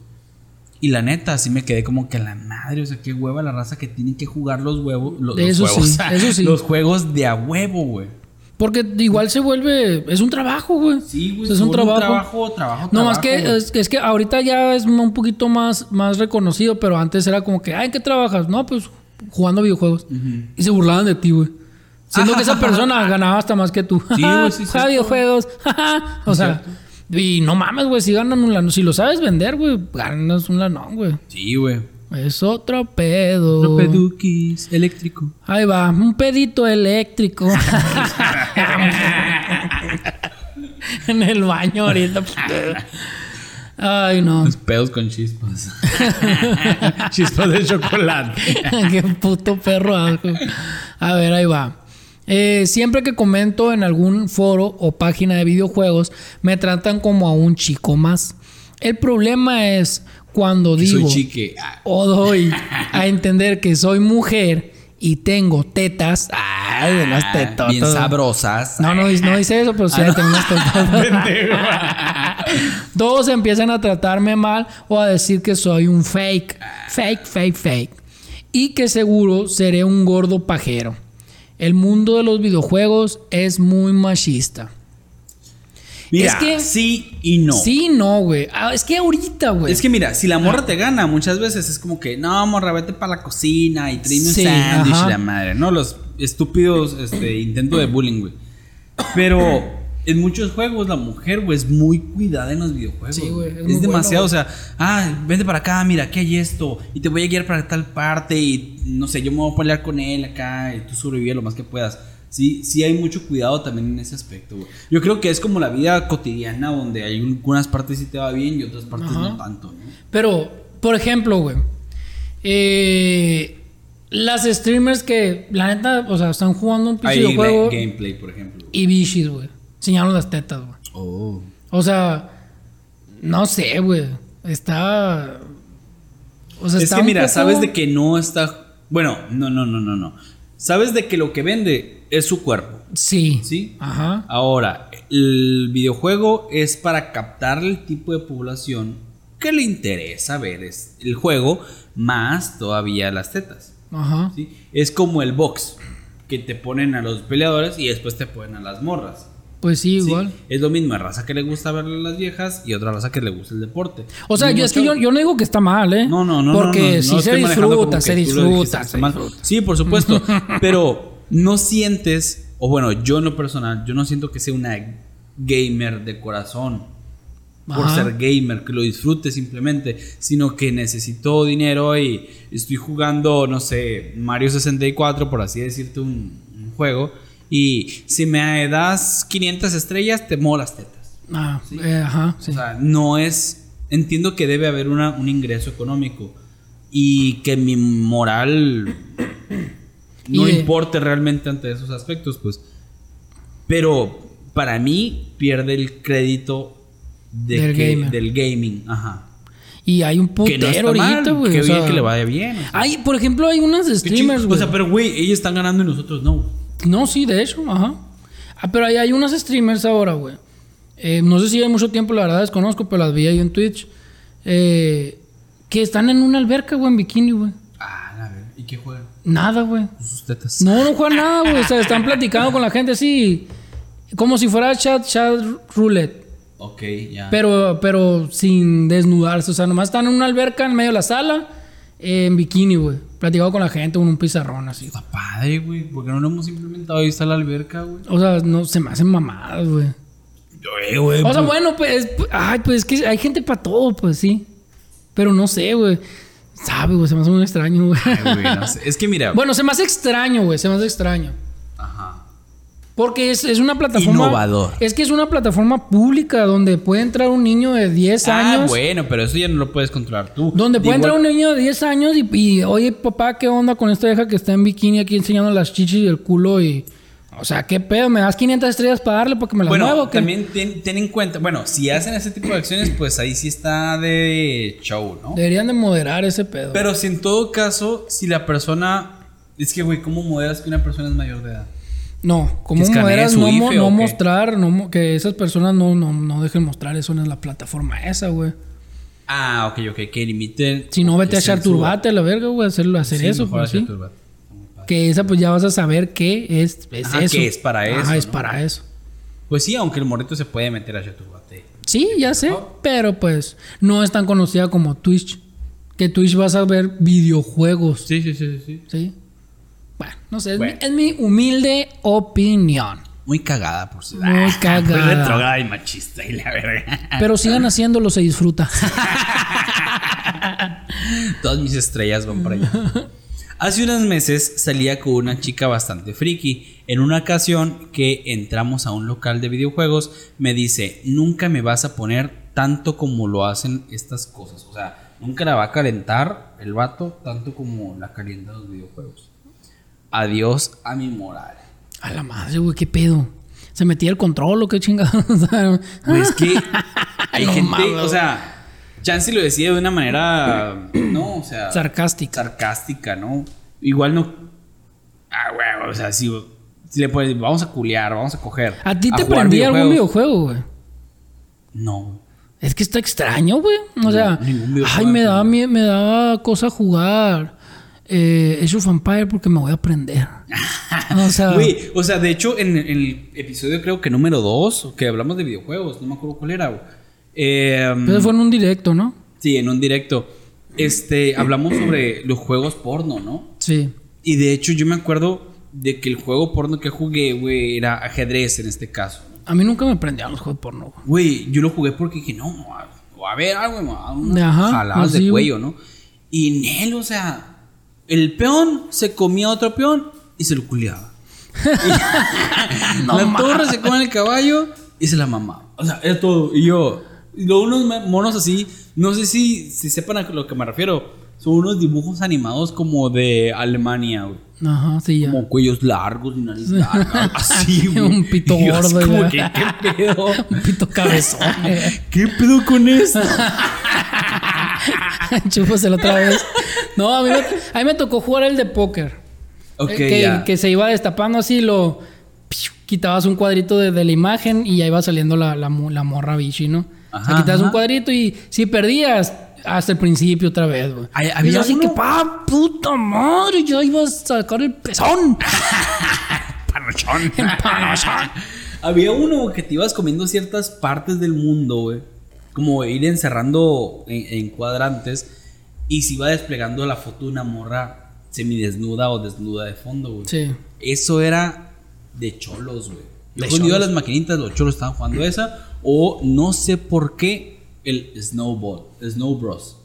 S2: Y la neta, así me quedé como que a la madre, o sea, qué hueva la raza que tienen que jugar los huevos. Los, los
S1: Eso sí,
S2: juegos,
S1: eso sí.
S2: Los juegos de a huevo, güey.
S1: Porque igual se vuelve. Es un trabajo, güey.
S2: Sí, güey.
S1: O sea, Es un trabajo.
S2: trabajo, trabajo,
S1: No, más
S2: trabajo,
S1: que
S2: güey.
S1: es, es que ahorita ya es un poquito más, más reconocido, pero antes era como que, ay, ¿en qué trabajas? No, pues jugando videojuegos. Y se burlaban de ti, güey. Siendo que esa persona ganaba hasta más que tú.
S2: Sí, güey, sí,
S1: Juega
S2: sí,
S1: videojuegos. o sea, y no mames, güey, si ganan un lanón. Si lo sabes vender, güey, ganas un lanón, güey.
S2: Sí, güey.
S1: Es otro pedo.
S2: Peduquis, eléctrico.
S1: Ahí va, un pedito eléctrico. en el baño ahorita. pues, Ay, no.
S2: Los pedos con chispas. chispas de chocolate.
S1: Qué puto perro asco. A ver, ahí va. Eh, siempre que comento en algún foro o página de videojuegos, me tratan como a un chico más. El problema es cuando digo...
S2: Soy chique. Ah,
S1: o doy a entender que soy mujer y tengo tetas. Ay, de las tetotas.
S2: Ah, Bien Ah, sabrosas.
S1: No, no, dice- no dice eso, pero sí hay tengo unas tetotas. Todos empiezan a tratarme mal o a decir que soy un fake. Fake, fake, fake. Y que seguro seré un gordo pajero. El mundo de los videojuegos es muy machista.
S2: Mira,
S1: Es que-
S2: sí y no.
S1: Sí, no, güey. Ah, es que ahorita, güey.
S2: Es que mira, si la morra te gana, muchas veces es como que, no, morra, vete para la cocina y tráeme un
S1: Sí,
S2: sándwich
S1: ajá.
S2: y la madre, ¿no? Los estúpidos este, intentos de bullying, güey. Pero en muchos juegos la mujer, güey, es muy cuidada en los videojuegos.
S1: Sí, güey, es
S2: Es,
S1: muy bueno,
S2: demasiado,
S1: güey.
S2: o sea, ah, vente para acá, mira, aquí hay esto, y te voy a guiar para tal parte, y no sé, yo me voy a pelear con él acá, y tú sobrevive lo más que puedas. Sí, sí hay mucho cuidado también en ese aspecto, güey. Yo creo que es como la vida cotidiana, donde hay algunas partes sí te va bien y otras partes no tanto, ¿no?
S1: Pero, por ejemplo, güey. eh, las streamers que, la neta, o sea, están jugando un
S2: Hay
S1: pinche videojuego
S2: game- gameplay, por ejemplo.
S1: y bichis, güey. Enseñaron las tetas, güey.
S2: Oh.
S1: O sea, no sé, güey. Está. O sea,
S2: Es
S1: está
S2: que
S1: un
S2: mira,
S1: poco-
S2: sabes de que no está. Bueno, no, no, no, no, no. Sabes de que lo que vende es su cuerpo.
S1: Sí.
S2: Sí.
S1: Ajá.
S2: Ahora, el videojuego es para captar el tipo de población que le interesa ver es el juego, más todavía las tetas.
S1: Ajá.
S2: ¿sí? Es como el box, que te ponen a los peleadores y después te ponen a las morras.
S1: Pues sí,
S2: ¿sí?
S1: igual.
S2: Es lo mismo, hay raza que le gusta ver a las viejas y otra raza que le gusta el deporte.
S1: O sea, yo,
S2: Mismo
S1: es que
S2: show.
S1: yo, yo no digo que está mal, ¿eh?
S2: No, no, no. no, no,
S1: Porque
S2: no
S1: sí
S2: estoy
S1: se
S2: manejando como
S1: disfruta,
S2: que
S1: se
S2: tú lo dijiste
S1: disfruta,
S2: que
S1: se
S2: está mal.
S1: disfruta.
S2: Sí, por supuesto. pero no sientes, o bueno, yo en lo personal, yo no siento que sea una gamer de corazón. Por
S1: Ajá.
S2: ser gamer, que lo disfrute simplemente, sino que necesito dinero y estoy jugando, no sé, Mario 64, por así decirte, un, un juego. Y si me das 500 estrellas, te muevo las tetas.
S1: Ah, eh, ajá. Sí.
S2: O sea, no es. Entiendo que debe haber una, un ingreso económico y que mi moral no
S1: Y de-
S2: importe realmente ante esos aspectos, pues. Pero para mí pierde el crédito de
S1: Del
S2: que-
S1: gamer.
S2: del gaming. Ajá.
S1: Y hay un
S2: que no
S1: putero
S2: está mal,
S1: ahorita, güey.
S2: Qué
S1: o
S2: bien
S1: sea,
S2: que le vaya bien. o sea.
S1: Hay, por ejemplo, hay unas
S2: Qué
S1: streamers,
S2: chido.
S1: güey.
S2: O sea, pero güey, ellos están ganando y nosotros no.
S1: No, sí, de hecho, ajá. Ah, pero ahí hay unas streamers ahora, güey. Eh, no sé si hay mucho tiempo, la verdad desconozco, pero las vi ahí en Twitch. Eh, que están en una alberca, güey, en bikini, güey.
S2: Ah, la verdad. ¿Y qué juegan?
S1: Nada, güey.
S2: Sus tetas.
S1: No, no juegan nada, güey. O sea, están platicando con la gente así. Como si fuera chat, chat roulette.
S2: Ok, ya.
S1: Pero, pero sin desnudarse. O sea, nomás están en una alberca en medio de la sala. eh, en bikini, güey. Platicando con la gente con un pizarrón así.
S2: Está padre, güey. ¿Por qué no lo hemos implementado? Ahí está la alberca, güey.
S1: O sea, no, se me hacen mamadas, güey.
S2: Güey, Eh, güey.
S1: O sea, bueno, pues, pu- ay, pues es que hay gente para todo, pues sí. Pero no sé, güey. Sabe, güey, se me hace muy extraño, güey.
S2: Ay, güey, no sé. Es que mira.
S1: bueno, se me hace extraño, güey, se me hace extraño.
S2: Ajá.
S1: Porque es, es una plataforma...
S2: Innovador.
S1: Es que es una plataforma pública donde puede entrar un niño de 10
S2: Ah,
S1: años.
S2: bueno, pero eso ya no lo puedes controlar tú.
S1: Donde
S2: De
S1: puede entrar
S2: igual-
S1: un niño de 10 años y, y, oye, papá, ¿qué onda con esta vieja que está en bikini aquí enseñando las chichis y el culo y... O sea, ¿qué pedo? ¿Me das 500 estrellas para darle porque me la
S2: Bueno,
S1: muevo? o qué?
S2: también ten, ten en cuenta, bueno, si hacen ese tipo de acciones, pues ahí sí está de show, ¿no?
S1: Deberían de moderar ese pedo.
S2: Pero si en todo caso, si la persona... Es que, güey, ¿cómo moderas que una persona es mayor de edad?
S1: No,
S2: ¿Que
S1: como
S2: escanee
S1: moderas
S2: su
S1: no, mo-
S2: IFE o
S1: no
S2: qué?
S1: mostrar, no, mo- que esas personas no, no, no dejen mostrar eso en la plataforma esa, güey.
S2: Ah, ok, ok, que limiten...
S1: Si no, vete a
S2: que
S1: echar
S2: censura.
S1: turbate a la verga, güey, hacerlo, hacer
S2: Sí,
S1: eso,
S2: mejor
S1: pues
S2: hacer
S1: sí.
S2: turbate.
S1: Que esa, pues ya vas a saber qué es, es
S2: Ajá,
S1: eso.
S2: que es para eso,
S1: Ah, es
S2: ¿no?
S1: para eso.
S2: Pues sí, aunque el morrito se puede meter a eh. Chaturbate.
S1: Sí, ya sé, pero pues no es tan conocida como Twitch. Que Twitch vas a ver videojuegos,
S2: Sí, sí, sí, sí.
S1: ¿sí? Bueno, no sé, es,
S2: Bueno.
S1: Mi, es mi humilde opinión.
S2: Muy cagada, por Ah, si
S1: Muy cagada.
S2: retrograda y machista y la verga.
S1: Pero sigan
S2: ah.
S1: haciéndolo, se disfruta.
S2: Todas mis estrellas van para allá. Hace unos meses salía con una chica bastante friki. En una ocasión que entramos a un local de videojuegos, me dice, nunca me vas a poner tanto como lo hacen estas cosas. O sea, nunca la va a calentar el vato tanto como la calienta los videojuegos. Adiós a mi moral.
S1: A la madre, güey, qué pedo. Se metía el control o qué chingada.
S2: Güey, es que hay
S1: No
S2: gente,
S1: mames.
S2: o sea, Chansey lo decía de una manera, no, o sea,
S1: Sarcástica.
S2: sarcástica, ¿no? Igual no. Ah, güey, o sea, si, si le pones, vamos a culear, vamos a coger.
S1: ¿A ti te
S2: jugar
S1: prendía algún
S2: videojuegos.
S1: videojuego, güey?
S2: No.
S1: Es que está extraño, güey. O sea,
S2: ningún videojuego
S1: ay, me
S2: me
S1: daba, mie- me daba cosa jugar. Eh, Age of Empire porque me voy a aprender. O sea,
S2: Güey, o sea, de hecho, en, en el episodio creo que número 2, que hablamos de videojuegos, no me acuerdo cuál era, güey. Eh,
S1: eso fue en un directo, ¿no?
S2: sí, en un directo. Este, hablamos sobre los juegos porno, ¿no?
S1: Sí.
S2: Y de hecho, yo me acuerdo de que el juego porno que jugué, güey, era ajedrez en este caso.
S1: A mí nunca me prendían los juegos porno, güey.
S2: Güey, yo lo jugué porque dije, no, a, a ver algo, me va a dar unas
S1: Ajá,
S2: jaladas
S1: así,
S2: de
S1: güey.
S2: cuello, ¿no? Y en él, o sea, el peón se comía a otro peón y se lo culeaba. la torre se come el caballo y se la mamaba. O sea, era todo. Y yo, y luego unos ma- monos así, no sé si, si sepan a lo que me refiero, son unos dibujos animados como de Alemania, güey.
S1: Ajá, sí, ya.
S2: Como cuellos largos y nariz larga. Así, güey.
S1: Un pito
S2: Y yo así
S1: gordo y
S2: como
S1: la-
S2: que, ¿qué pedo?
S1: Un pito cabezón. güey.
S2: ¿Qué pedo con esto?
S1: Chúpaselo otra vez. No, a mí, me, a mí me tocó jugar el de póker.
S2: Ok,
S1: Eh, que,
S2: ya.
S1: que se iba destapando así, lo piu, quitabas un cuadrito de, de la imagen y ya iba saliendo la, la, mo- la morra bichi, ¿no? o sea,
S2: Ajá,
S1: quitabas un
S2: ajá.
S1: cuadrito y si perdías, hasta el principio otra vez, güey.
S2: Ay,
S1: Y
S2: había
S1: yo así
S2: uno-
S1: que, pa, puta madre, yo iba a sacar el pezón.
S2: Panochón. Había uno güey, que te ibas comiendo ciertas partes del mundo, güey. Como ir encerrando en, en cuadrantes. Y se iba desplegando la foto de una morra semidesnuda o desnuda de fondo, güey.
S1: Sí.
S2: Eso era de cholos, güey. Yo
S1: De
S2: cuando iba a
S1: cholos.
S2: las maquinitas, los cholos estaban jugando esa. O no sé por qué el snowball, snow bros.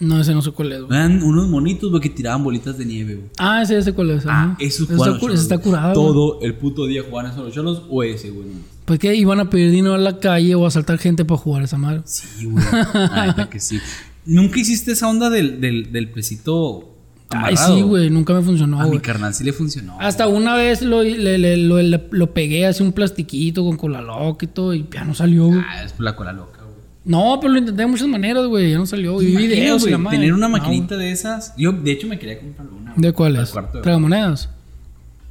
S1: No, ese no sé cuál es, güey.
S2: Eran unos monitos, güey, que tiraban bolitas de nieve, güey.
S1: Ah, ese, ese cuál es.
S2: Ah,
S1: ajá.
S2: eso
S1: Ese
S2: jugaban
S1: está,
S2: los
S1: cu-
S2: cholos,
S1: ese está
S2: güey.
S1: curado. güey.
S2: Todo el puto día jugaban eso los cholos o ese, güey. no.
S1: Pues que iban a pedir dinero a la calle o a asaltar gente para jugar esa madre.
S2: Sí, güey. La neta que sí. Nunca hiciste esa onda del, del, del pesito
S1: Ay,
S2: amarrado.
S1: sí, güey, nunca me funcionó,
S2: A mi
S1: güey.
S2: carnal sí le funcionó.
S1: Hasta una vez lo, le- le- lo, le- lo pegué así un plastiquito con cola loca y todo y ya no salió, güey.
S2: Ah, es por la cola loca, güey.
S1: No, pero lo intenté de muchas maneras, güey, ya no salió. Y vi
S2: Imagina,
S1: videos y
S2: güey,
S1: la madre.
S2: Tener una
S1: No,
S2: maquinita de esas. Yo, de hecho, me quería comprar una.
S1: güey. ¿De
S2: güey, para el
S1: cuáles?
S2: cuarto, güey.
S1: Tragamonedas.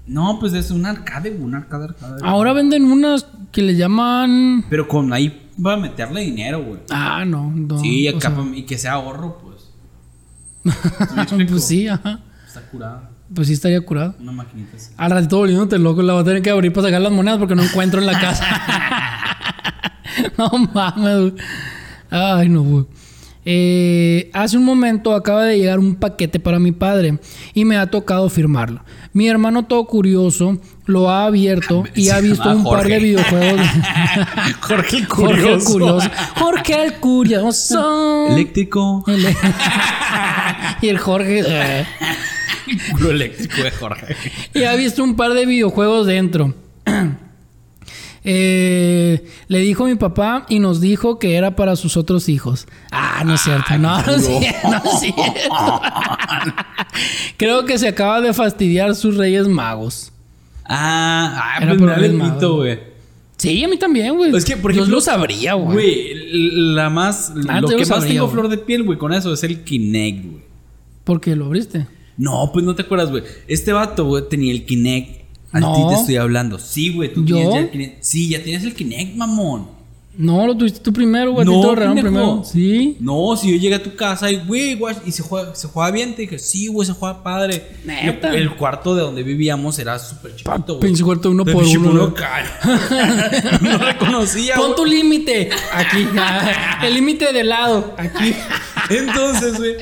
S2: No, pues es un arcade, güey, un arcade, arcade. güey.
S1: Ahora venden unas que le llaman.
S2: Pero con ahí va a meterle dinero, güey.
S1: Ah, no, no.
S2: sí,
S1: o
S2: acá
S1: sea,
S2: pa- y que sea ahorro, pues. explico?
S1: Pues sí, ajá.
S2: Está curada.
S1: Pues sí, estaría curado.
S2: Una maquinita así.
S1: Al ratito volviéndote loco, la voy a tener que abrir para sacar las monedas porque no encuentro en la casa. no mames, güey. Ay, no, güey. Eh, hace un momento acaba de llegar un paquete para mi padre y me ha tocado firmarlo. Mi hermano, todo curioso, lo ha abierto y
S2: Se
S1: ha visto
S2: llamaba
S1: un par de
S2: Jorge.
S1: videojuegos.
S2: Jorge el
S1: Jorge el curioso. Jorge el curioso.
S2: Eléctrico.
S1: El- y el Jorge. eh.
S2: Puro eléctrico de Jorge.
S1: Y ha visto un par de videojuegos dentro. Eh, le dijo mi papá y nos dijo que era para sus otros hijos. Ah, no es cierto. No, no es
S2: no.
S1: cierto. no es cierto. Creo que se acaba de fastidiar sus Reyes Magos.
S2: Ah, ah
S1: Era
S2: pues
S1: por
S2: me vale
S1: el mismo,
S2: pito,
S1: güey.
S2: güey.
S1: Sí, a mí también, güey.
S2: Es que, por
S1: Yo
S2: ejemplo,
S1: lo sabría, güey.
S2: Güey, la más.
S1: Ah,
S2: lo
S1: te
S2: que
S1: lo
S2: más
S1: sabría,
S2: tengo
S1: güey.
S2: flor de piel, güey, con eso es el Kinect, güey.
S1: Porque lo abriste.
S2: No, pues no te acuerdas, güey. Este vato, güey, tenía el Kinect. A
S1: No.
S2: ti te estoy hablando. Sí, güey, tú
S1: ¿Yo?
S2: tienes ya el Kinect. Sí, ya tienes el Kinect, mamón.
S1: No, lo tuviste tú primero, güey. A ti te lo regalaron
S2: pendejo.
S1: primero. Sí.
S2: No, si yo llegué a tu casa y, güey, guay, y se juega, se juega bien, te dije, sí, güey, se juega padre.
S1: Neta.
S2: El, el cuarto de donde vivíamos era súper chiquito, güey.
S1: pinche cuarto uno
S2: De
S1: por
S2: pinche
S1: uno,
S2: puro
S1: ¿no?
S2: ca- no reconocía,
S1: Pon
S2: güey.
S1: tu límite. Aquí. El límite de lado. Aquí.
S2: Entonces, güey,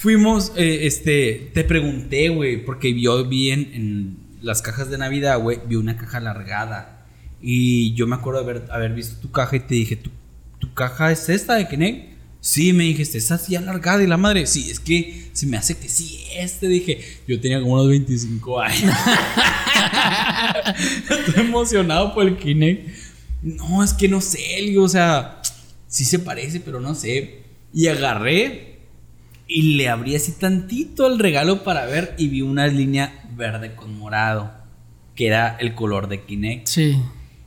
S2: fuimos, eh, este, te pregunté, güey, porque yo vi en, en las cajas de Navidad, güey, vi una caja alargada. Y yo me acuerdo de haber, haber visto tu caja y te dije, ¿Tu, tu caja es esta de Kinect? Sí, me dijiste, está así alargada y la madre, sí, es que se me hace que sí, este, dije, yo tenía como unos 25 años. Estoy emocionado por el Kinect. No, es que no sé, le digo, o sea, sí se parece, pero no sé. Y agarré y le abrí así tantito el regalo para ver y vi una línea verde con morado, que era el color de Kinect.
S1: Sí.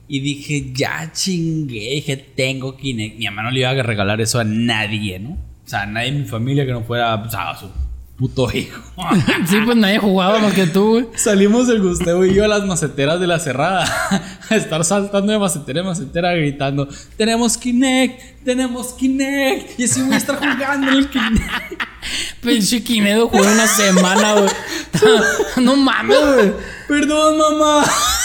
S2: Y dije, ya chingué, dije, tengo Kinect. Mi mamá no le iba a regalar eso a nadie, ¿no? O sea, a nadie de mi familia que no fuera pues, a su puto hijo.
S1: Sí, pues nadie jugaba más que tú, güey.
S2: Salimos del Gustavo y yo a las maceteras de la cerrada. A estar saltando de macetera en macetera gritando: Tenemos Kinect, tenemos Kinect. Y así voy a estar jugando en el Kinect.
S1: Pinche Quinedo jugó una semana, güey. no mames, güey.
S2: Perdón, mamá.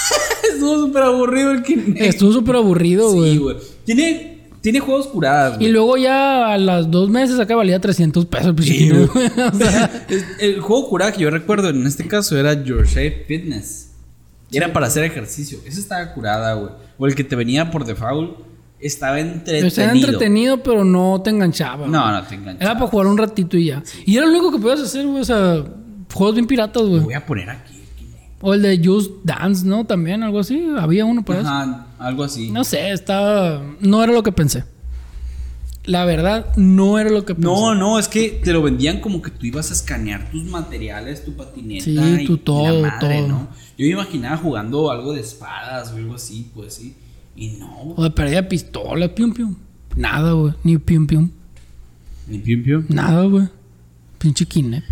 S2: Estuvo súper aburrido el Kinect.
S1: Estuvo súper aburrido, güey.
S2: Sí, güey. Tiene, tiene juegos curados,
S1: y
S2: güey.
S1: luego ya a las dos meses acá valía 300 pesos el pinche Quinedo, güey. O sea,
S2: Es- El juego curado que yo recuerdo en este caso era Your Shape Fitness. Y Era para hacer ejercicio. Ese estaba curada, güey. O el que te venía por default estaba entretenido.
S1: estaba pues, entretenido, pero no te enganchaba. güey.
S2: No, no te enganchas.
S1: Era para jugar un ratito y ya. Y era lo único que podías hacer, güey. O sea, juegos bien piratas,
S2: Lo
S1: güey.
S2: voy a poner aquí.
S1: O el de Just Dance, ¿no? También, algo así. Había uno para eso.
S2: Ajá, algo así. No,
S1: No sé, estaba. No era lo que pensé. La verdad, no era lo que pensé.
S2: no, es que te lo vendían como que tú ibas a escanear tus materiales, tu patineta.
S1: Sí,
S2: y-
S1: tu
S2: y la
S1: todo, todo.
S2: ¿no? Yo me imaginaba jugando algo de espadas o algo así, pues sí. Y no,
S1: O de pérdida de pistola, pium pium. Nada, güey. Ni pium pium.
S2: ni pium pium.
S1: Nada, güey. Pinche Kinect.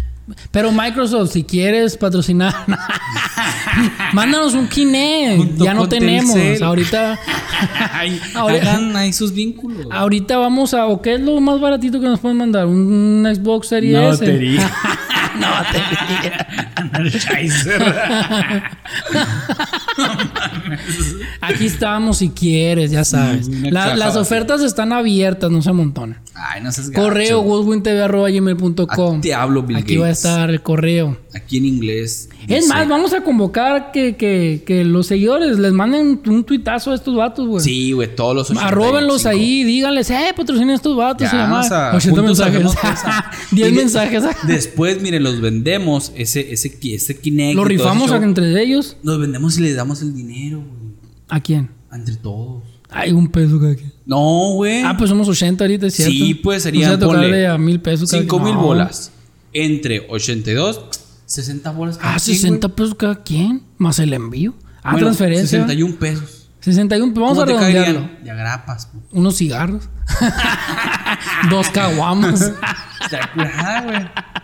S1: Pero Microsoft, si quieres patrocinar, mándanos un Kinect.
S2: Junto
S1: ya no
S2: con
S1: tenemos.
S2: Telcel.
S1: Ahorita,
S2: Ay,
S1: Ahora- Ah.
S2: Hagan ahí sus vínculos.
S1: ahorita vamos a. ¿O qué es lo más baratito que nos pueden mandar? Un Xbox Series S.
S2: no batería. Energizer.
S1: Aquí estamos si quieres, ya sabes.
S2: una
S1: La-
S2: caja
S1: las
S2: vacía.
S1: ofertas están abiertas, no se amontonan.
S2: Ay, no seas gacho.
S1: Correo
S2: Ah,
S1: goodwintv.com.
S2: Te hablo, Bill
S1: Aquí va a
S2: Gates.
S1: estar el correo.
S2: Aquí en inglés.
S1: Es
S2: dice-
S1: más, vamos a convocar que, que- que los seguidores les manden un tuitazo a estos vatos, güey.
S2: Sí, güey, todos los 85.
S1: Arróbenlos ahí, díganles, eh, patrocinen a estos vatos.
S2: Ya,
S1: y la madre.
S2: o sea,
S1: 80
S2: juntos
S1: mensajes.
S2: hagamos cosa.
S1: 10
S2: Y de-
S1: mensajes. ah.
S2: Después, miren, los vendemos, ese, ese, ki- ese Kinect.
S1: Lo
S2: y todo ese
S1: rifamos
S2: show.
S1: entre ellos.
S2: Los vendemos y le damos el dinero, güey.
S1: ¿A quién?
S2: Entre todos.
S1: Hay un peso cada quien.
S2: No, güey.
S1: Ah, pues somos 80 ahorita, es ¿cierto?
S2: Sí, Eh. pues, serían,
S1: Vamos a tocarle
S2: ponle,
S1: a mil pesos cada
S2: Cinco
S1: quien.
S2: mil
S1: No.
S2: bolas. Entre 82 60 bolas cada
S1: Ah,
S2: quien,
S1: 60 pesos cada quien, más el envío. Ah,
S2: Bueno,
S1: transferencia.
S2: 61 pesos.
S1: 61, pues, vamos
S2: ¿Cómo
S1: a
S2: te
S1: redondearlo.
S2: caerían? De agrapas, po.
S1: Unos cigarros. Dos caguamas.
S2: Está curada, güey.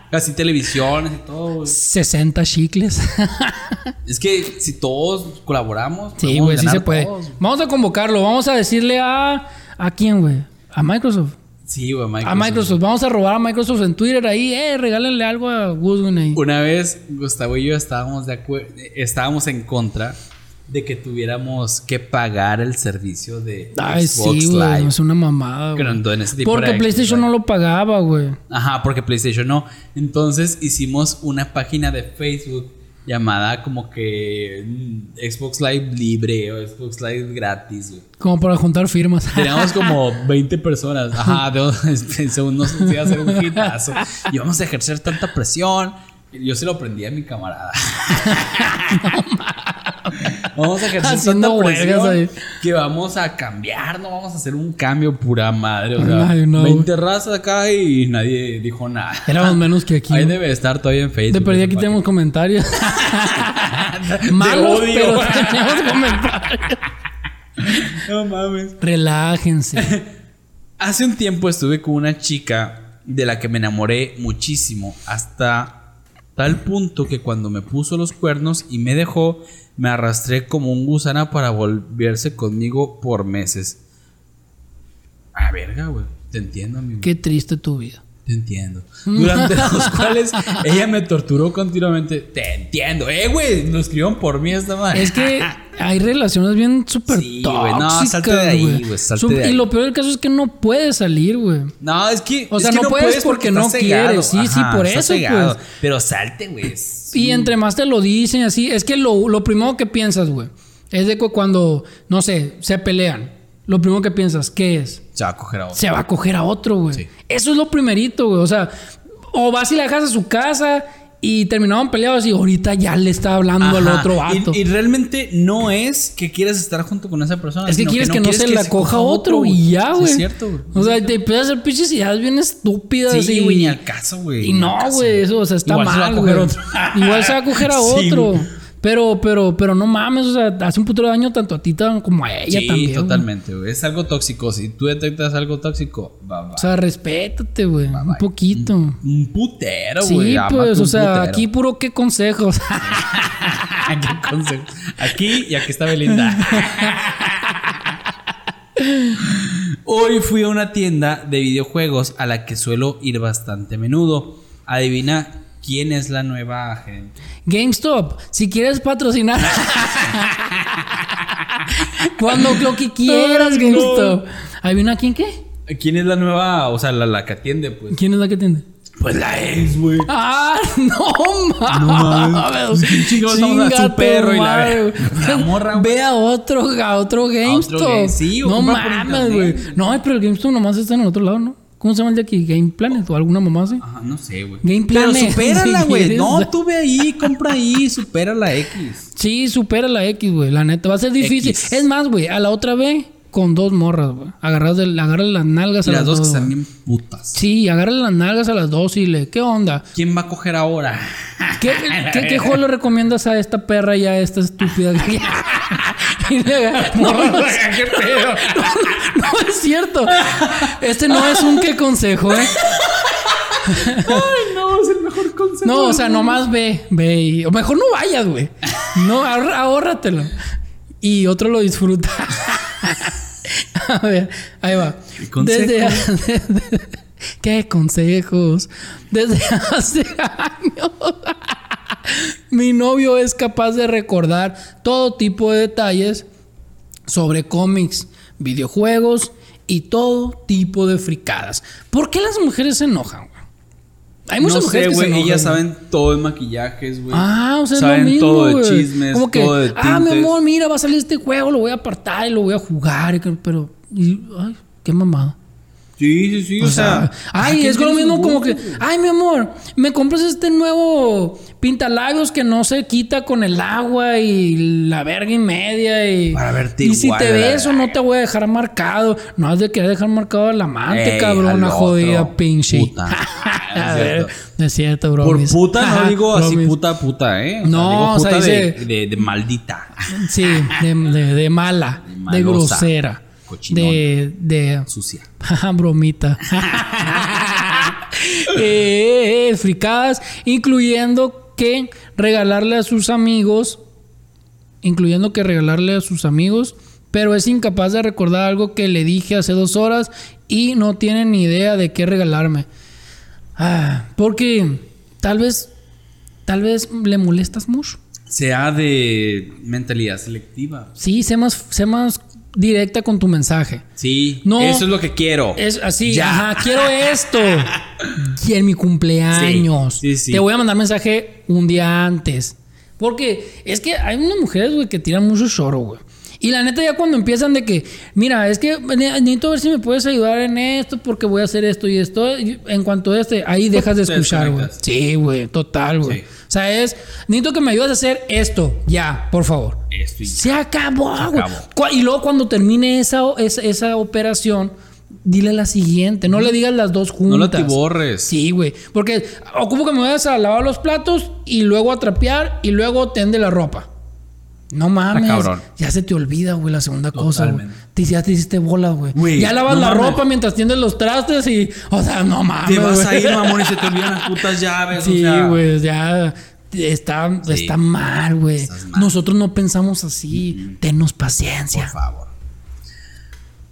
S2: Así televisiones y todo, güey.
S1: 60 chicles.
S2: Es que si todos colaboramos,
S1: sí,
S2: podemos
S1: güey, sí
S2: ganar
S1: se puede.
S2: todos.
S1: Vamos a convocarlo. Vamos a decirle a. ¿A quién, güey? A Microsoft.
S2: Sí, güey,
S1: A Microsoft. Vamos a robar a Microsoft en Twitter ahí. Eh, regálenle algo a Goodwin ahí.
S2: Una vez Gustavo y yo estábamos de acuerdo, estábamos en contra de que tuviéramos que pagar el servicio de
S1: Ay,
S2: Xbox
S1: sí, güey.
S2: Live.
S1: Es una mamada,
S2: Que no,
S1: güey.
S2: en ese tiempo
S1: Porque
S2: era
S1: PlayStation no
S2: Xbox
S1: lo pagaba, güey.
S2: Live. Ajá, porque PlayStation no. Entonces hicimos una página de Facebook llamada como que mm, Xbox Live libre o Xbox Live gratis. güey.
S1: Como para juntar firmas.
S2: Teníamos como 20 personas. Ajá, de, según nos iba a hacer un hitazo. Y vamos a ejercer tanta presión. Yo se lo prendí a mi camarada. vamos a ejercer
S1: Haciendo
S2: tanta
S1: huelgas
S2: presión
S1: ahí.
S2: que vamos a cambiar, no vamos a hacer un cambio pura madre. O sea,
S1: Ay, no,
S2: 20 razas acá y nadie dijo nada.
S1: Éramos menos que aquí.
S2: Ahí
S1: güey.
S2: debe estar todavía en Facebook.
S1: De perdí
S2: esa
S1: aquí tenemos comentarios.
S2: página. Te
S1: Malos,
S2: odio.
S1: pero tenemos comentarios.
S2: No mames.
S1: Relájense.
S2: Hace un tiempo estuve con una chica de la que me enamoré muchísimo, hasta tal punto que cuando me puso los cuernos y me dejó, me arrastré como un gusana para volverse conmigo por meses. A verga, güey. Te entiendo, amigo.
S1: Qué triste tu vida.
S2: Te entiendo. Durante los cuales ella me torturó continuamente. Te entiendo. Eh, güey. Lo escribieron por mí esta madre.
S1: Es que hay relaciones bien súper
S2: Sí, güey. No,
S1: tóxicas.
S2: salte de ahí,
S1: güey.
S2: güey, salte
S1: Sup-
S2: de ahí.
S1: Y lo peor del caso es que no puedes salir, güey.
S2: No, es que.
S1: O
S2: es
S1: sea,
S2: que
S1: no puedes porque no
S2: estás
S1: quieres. Sí, sí, por
S2: estás
S1: eso,
S2: cegado.
S1: pues.
S2: Pero salte, güey.
S1: Y entre más te lo dicen así, es que lo, lo primero que piensas, güey, es de cu- cuando, no sé, se pelean. Lo primero que piensas, ¿qué es?
S2: Se va a coger a otro.
S1: se va a coger a otro, güey.
S2: Sí.
S1: Eso es lo primerito, güey. O sea, o vas y la dejas a su casa y terminaban peleados y ahorita ya le está hablando al
S2: Ajá.
S1: otro
S2: Y-
S1: vato.
S2: Y, realmente no es que quieras estar junto con esa persona.
S1: es que
S2: sino
S1: quieres que no,
S2: quieres
S1: se la coja otro
S2: güey.
S1: y ya,
S2: Sí,
S1: güey.
S2: es cierto, güey.
S1: O sea, te empiezas a hacer pinches ideas bien estúpidas
S2: Sí,
S1: y-
S2: güey, ni al caso, güey.
S1: Y
S2: ni
S1: no,
S2: al caso.
S1: güey, eso, o sea, está
S2: Igual se va a
S1: mal,
S2: coger
S1: güey.
S2: otro.
S1: Igual se va a coger a
S2: Sí,
S1: otro.
S2: güey.
S1: Pero, pero, pero no mames, o sea, hace un putero daño tanto a ti tan- como a ella
S2: Sí,
S1: también. güey.
S2: totalmente, güey. Es algo tóxico. Si tú detectas algo tóxico, va, va.
S1: O sea, respétate, güey, un
S2: bye.
S1: poquito.
S2: un putero,
S1: sí,
S2: güey.
S1: pues,
S2: Ámate
S1: o
S2: un
S1: sea,
S2: putero.
S1: aquí puro que consejos.
S2: Qué consejo. Aquí y aquí está Belinda. Hoy fui a una tienda de videojuegos a la que suelo ir bastante a menudo. Adivina quién es la nueva agente.
S1: GameStop, si quieres patrocinar. Cuando lo que quieras,
S2: Ay, no.
S1: GameStop. ¿Hay una quién qué?
S2: ¿Quién es la nueva? O sea, la, la que atiende, pues.
S1: ¿Quién es la que atiende?
S2: Pues la ex, güey.
S1: ¡Ah! ¡No mames!
S2: ¿Quién chingados vamos a dar su
S1: Chinga tu
S2: perro y la-
S1: madre,
S2: la morra, güey?
S1: Ve a otro, a otro GameStop.
S2: game- sí, o
S1: no
S2: compra por
S1: mames, güey.
S2: internet.
S1: No, pero el GameStop nomás está en el otro lado, ¿no? ¿Cómo se llama el de aquí? ¿Game Planet o alguna mamá así?
S2: Ajá, no sé, güey.
S1: Game
S2: Pero
S1: Planet,
S2: supérala,
S1: si
S2: güey.
S1: quieres.
S2: No, tú ve ahí, compra ahí, supera la X.
S1: Sí, supera la X, güey. La neta, va a ser difícil.
S2: X.
S1: Es más, güey, a la otra vez con dos morras, güey. Agarras del- agarras las nalgas
S2: Y
S1: a
S2: las dos que
S1: güey.
S2: están bien putas.
S1: Sí, agarran las nalgas a las dos y le, ¿qué onda?
S2: ¿Quién va a coger ahora?
S1: ¿Qué, qué, qué juego le recomiendas a esta perra y a esta estúpida? Y le agarra- no, no, es-
S2: ¿Qué pedo?
S1: no es cierto. Este no es un qué consejo, ¿eh?
S2: No, es el mejor consejo.
S1: No, o sea, nomás ve, ve y... O mejor no vayas, güey. No, ahorra- ahórratelo. Y otro lo disfruta. A ver, ahí va.
S2: ¿Qué consejo?
S1: Desde- desde- ¿Qué consejos? Desde hace años... Mi novio es capaz de recordar todo tipo de detalles sobre cómics, videojuegos y todo tipo de fricadas. ¿Por qué las mujeres se enojan, güey? Hay muchas
S2: no
S1: mujeres
S2: sé,
S1: que se
S2: güey.
S1: enojan.
S2: Ellas
S1: güey.
S2: saben todo de maquillajes, güey.
S1: Ah, o sea, es
S2: saben
S1: lo mismo,
S2: todo de
S1: güey.
S2: chismes,
S1: Como que,
S2: todo de
S1: ah, mi
S2: tintes.
S1: amor, mira, va a salir este juego, lo voy a apartar y lo voy a jugar, y que- pero y- ay, qué mamada.
S2: Sí, sí, sí. O,
S1: O
S2: sea,
S1: sea, ay, es lo mismo como que, ay, mi amor, me compras este nuevo pintalabios que no se quita con el agua y la verga y media y
S2: Para verte
S1: y si
S2: igual
S1: te
S2: a la
S1: beso no te voy a dejar marcado, no has de querer dejar marcado al amante, cabrona jodida pinche. A
S2: es
S1: ver,
S2: cierto.
S1: no es cierto, bro.
S2: Por puta no
S1: Ajá,
S2: digo así
S1: bromis.
S2: puta puta, ¿eh?
S1: No,
S2: digo
S1: o sea,
S2: puta de-
S1: dice-
S2: de, de maldita.
S1: Sí, de, de- de mala, de,
S2: malosa,
S1: grosera.
S2: cochinona.
S1: De, de
S2: Sucia.
S1: Ajá, bromita. Eh, eh, eh, fricadas, incluyendo que regalarle a sus amigos, incluyendo que regalarle a sus amigos, pero es incapaz de recordar algo que le dije hace dos horas y no tiene ni idea de qué regalarme. Ah, porque tal vez, tal vez le molestas mucho.
S2: Sea de mentalidad selectiva.
S1: Sí, sé más, sé más directa con tu mensaje.
S2: Sí,
S1: No.
S2: eso es lo que quiero.
S1: Es así,
S2: Ya.
S1: ajá, quiero esto. Y en mi cumpleaños.
S2: Sí, sí, sí.
S1: Te voy a mandar mensaje un día antes. Porque es que hay unas mujeres, güey, que tiran mucho choro, güey. Y la neta, ya cuando empiezan de que, mira, es que ne- necesito ver si me puedes ayudar en esto, porque voy a hacer esto y esto. Y En cuanto a este, ahí dejas de
S2: Pues Te
S1: escuchar, güey.
S2: desconectas.
S1: Sí, güey, total, güey.
S2: Sí.
S1: O sea, es, necesito que me ayudes a hacer esto, ya, por favor.
S2: Esto y-
S1: Se acabó, güey.
S2: acabó.
S1: Cu- Y luego cuando termine esa, o- esa, esa operación, dile la siguiente. No le digas las dos
S2: no
S1: juntas.
S2: lo tiborres.
S1: Sí, güey. Porque ocupo que me vayas a lavar los platos y luego a trapear y luego tende la ropa. No mames.
S2: cabrón.
S1: Ya se te olvida, güey, la segunda cosa, güey.
S2: Totalmente.
S1: Te- Ya te hiciste bola, güey.
S2: Güey,
S1: Ya lavas
S2: no
S1: la
S2: mames.
S1: ropa mientras tiendes los trastes y... O sea, no mames,
S2: Te vas
S1: güey.
S2: a ir, mamón, y se te olvidan las putas llaves.
S1: Sí,
S2: o sea,
S1: güey, ya está, está mal, güey.
S2: Estás mal.
S1: Nosotros no pensamos así. Tenos paciencia.
S2: Por favor.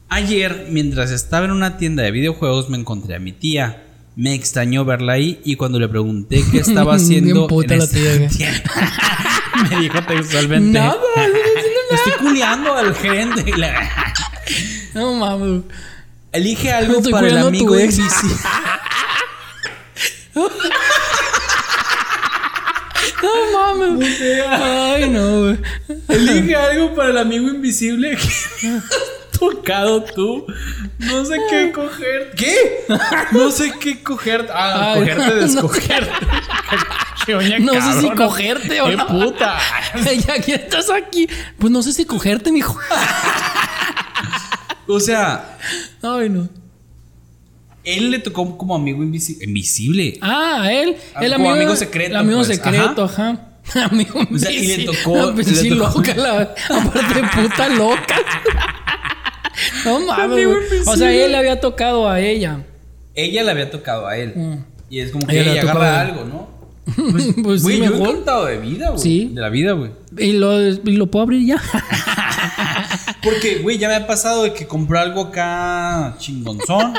S2: Ayer, mientras estaba en una tienda de videojuegos, me encontré a mi tía. Me extrañó verla ahí y cuando le pregunté qué estaba
S1: Bien
S2: haciendo
S1: puta
S2: en
S1: la
S2: esta
S1: tía, güey.
S2: tienda, me dijo textualmente,
S1: Nada, no estoy
S2: estoy culeando al gerente.
S1: No mames.
S2: Elige algo
S1: Estoy
S2: para el
S1: culeando a tu
S2: amigo
S1: ex.
S2: invisible.
S1: No mames. Ay, no, güey.
S2: Elige algo para el amigo invisible que has tocado tú. No sé qué coger. ¿Qué? No sé qué coger. Ah,
S1: Ay,
S2: cogerte,
S1: no.
S2: descogerte. Qué doña
S1: No sé si
S2: cabrona.
S1: cogerte o
S2: ¡Qué
S1: no.
S2: puta!
S1: Ya que estás aquí. Pues no sé si cogerte, mijo.
S2: O sea,
S1: Ay, no.
S2: él le tocó como amigo invisi- invisible.
S1: Ah, él. El
S2: Como
S1: amigo,
S2: amigo secreto,
S1: El amigo
S2: pues,
S1: secreto, ajá. Amigo
S2: O sea, y le
S1: sí,
S2: tocó-
S1: no, pues,
S2: le
S1: sí,
S2: tocó-
S1: loca la. Aparte, puta loca. No mames.
S2: Amigo
S1: güey. O sea, él le había tocado a ella.
S2: Ella le había tocado a él. Y es como que
S1: Ella le
S2: ella,
S1: había
S2: agarra
S1: tocado
S2: algo, ¿no?
S1: Mm. Pues sí,
S2: Güey, yo he
S1: mejor.
S2: contado de vida, güey.
S1: Sí.
S2: De la vida, güey.
S1: Y lo, y lo puedo abrir ya.
S2: Porque, güey, ya me ha pasado de que compré algo acá chingonzón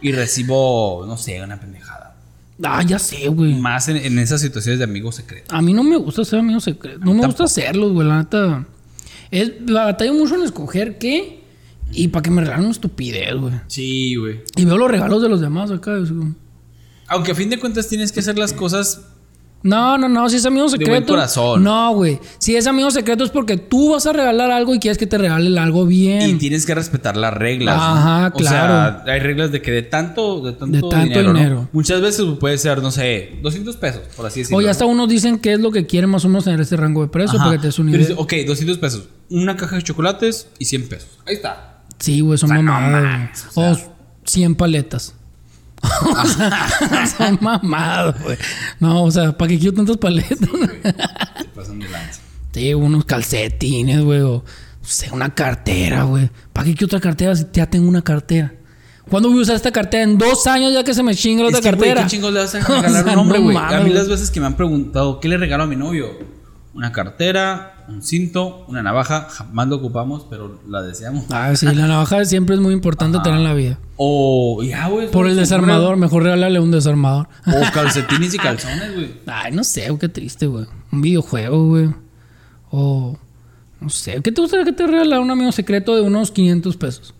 S2: y recibo, no sé, una pendejada.
S1: ah, ya sé, güey.
S2: Más en, en esas situaciones de amigos secretos.
S1: A mí no me gusta ser amigo secreto. No me gusta hacerlos, güey, la neta. Es, la batallo mucho en escoger qué y para que me regalen una estupidez, güey.
S2: Sí, güey.
S1: Y veo los regalos de los demás acá. es como,
S2: Aunque a fin de cuentas tienes que hacer las cosas.
S1: No, no, no, si es amigo
S2: buen
S1: secreto.
S2: corazón.
S1: No, güey. Si es amigo secreto es porque tú vas a regalar algo y quieres que te regalen algo bien.
S2: Y tienes que respetar las reglas. ¿no?
S1: Ajá,
S2: O sea, hay reglas de que de tanto, de tanto,
S1: De tanto
S2: dinero. ¿no?
S1: dinero.
S2: Muchas veces puede ser, no sé, 200 pesos, por así decirlo.
S1: Oye, hasta unos dicen qué es lo que quieren más o menos tener ese rango de precio
S2: Ajá.
S1: para que te des una
S2: Pero
S1: idea.
S2: dices, ok, 200 pesos. Una caja de chocolates y 100 pesos. Ahí está.
S1: Sí, güey, son
S2: mames,
S1: mamadas.
S2: o
S1: güey. O 100 paletas. O sea, son mamadas, güey. No, o sea, ¿para qué quiero tantas paletas?
S2: Te pasan de lanza.
S1: Sí, unos calcetines, güey, o no sé, una cartera, güey. ¿Para qué quiero otra cartera si ya tengo una cartera? ¿Cuándo voy a usar esta cartera? En dos años ya que se me chinga la otra
S2: Es que, güey,
S1: cartera.
S2: ¿Qué chingos le vas a
S1: O
S2: regalar a
S1: sea,
S2: un hombre,
S1: no
S2: güey? a
S1: mames,
S2: mí las
S1: güey.
S2: veces que me han preguntado, ¿qué le regalo a mi novio? Una cartera, un cinto, una navaja. Jamás lo ocupamos, pero la deseamos.
S1: Ah, sí, la navaja siempre es muy importante tener en la vida.
S2: O, ya, güey.
S1: Por el
S2: se
S1: desarmador, mejor regálale un desarmador.
S2: compra- O calcetines y calzones, güey.
S1: Ay, no sé, güey, qué triste, güey. Un videojuego, güey. O. No sé. ¿Qué te gustaría que te regalara un amigo secreto de unos 500 pesos?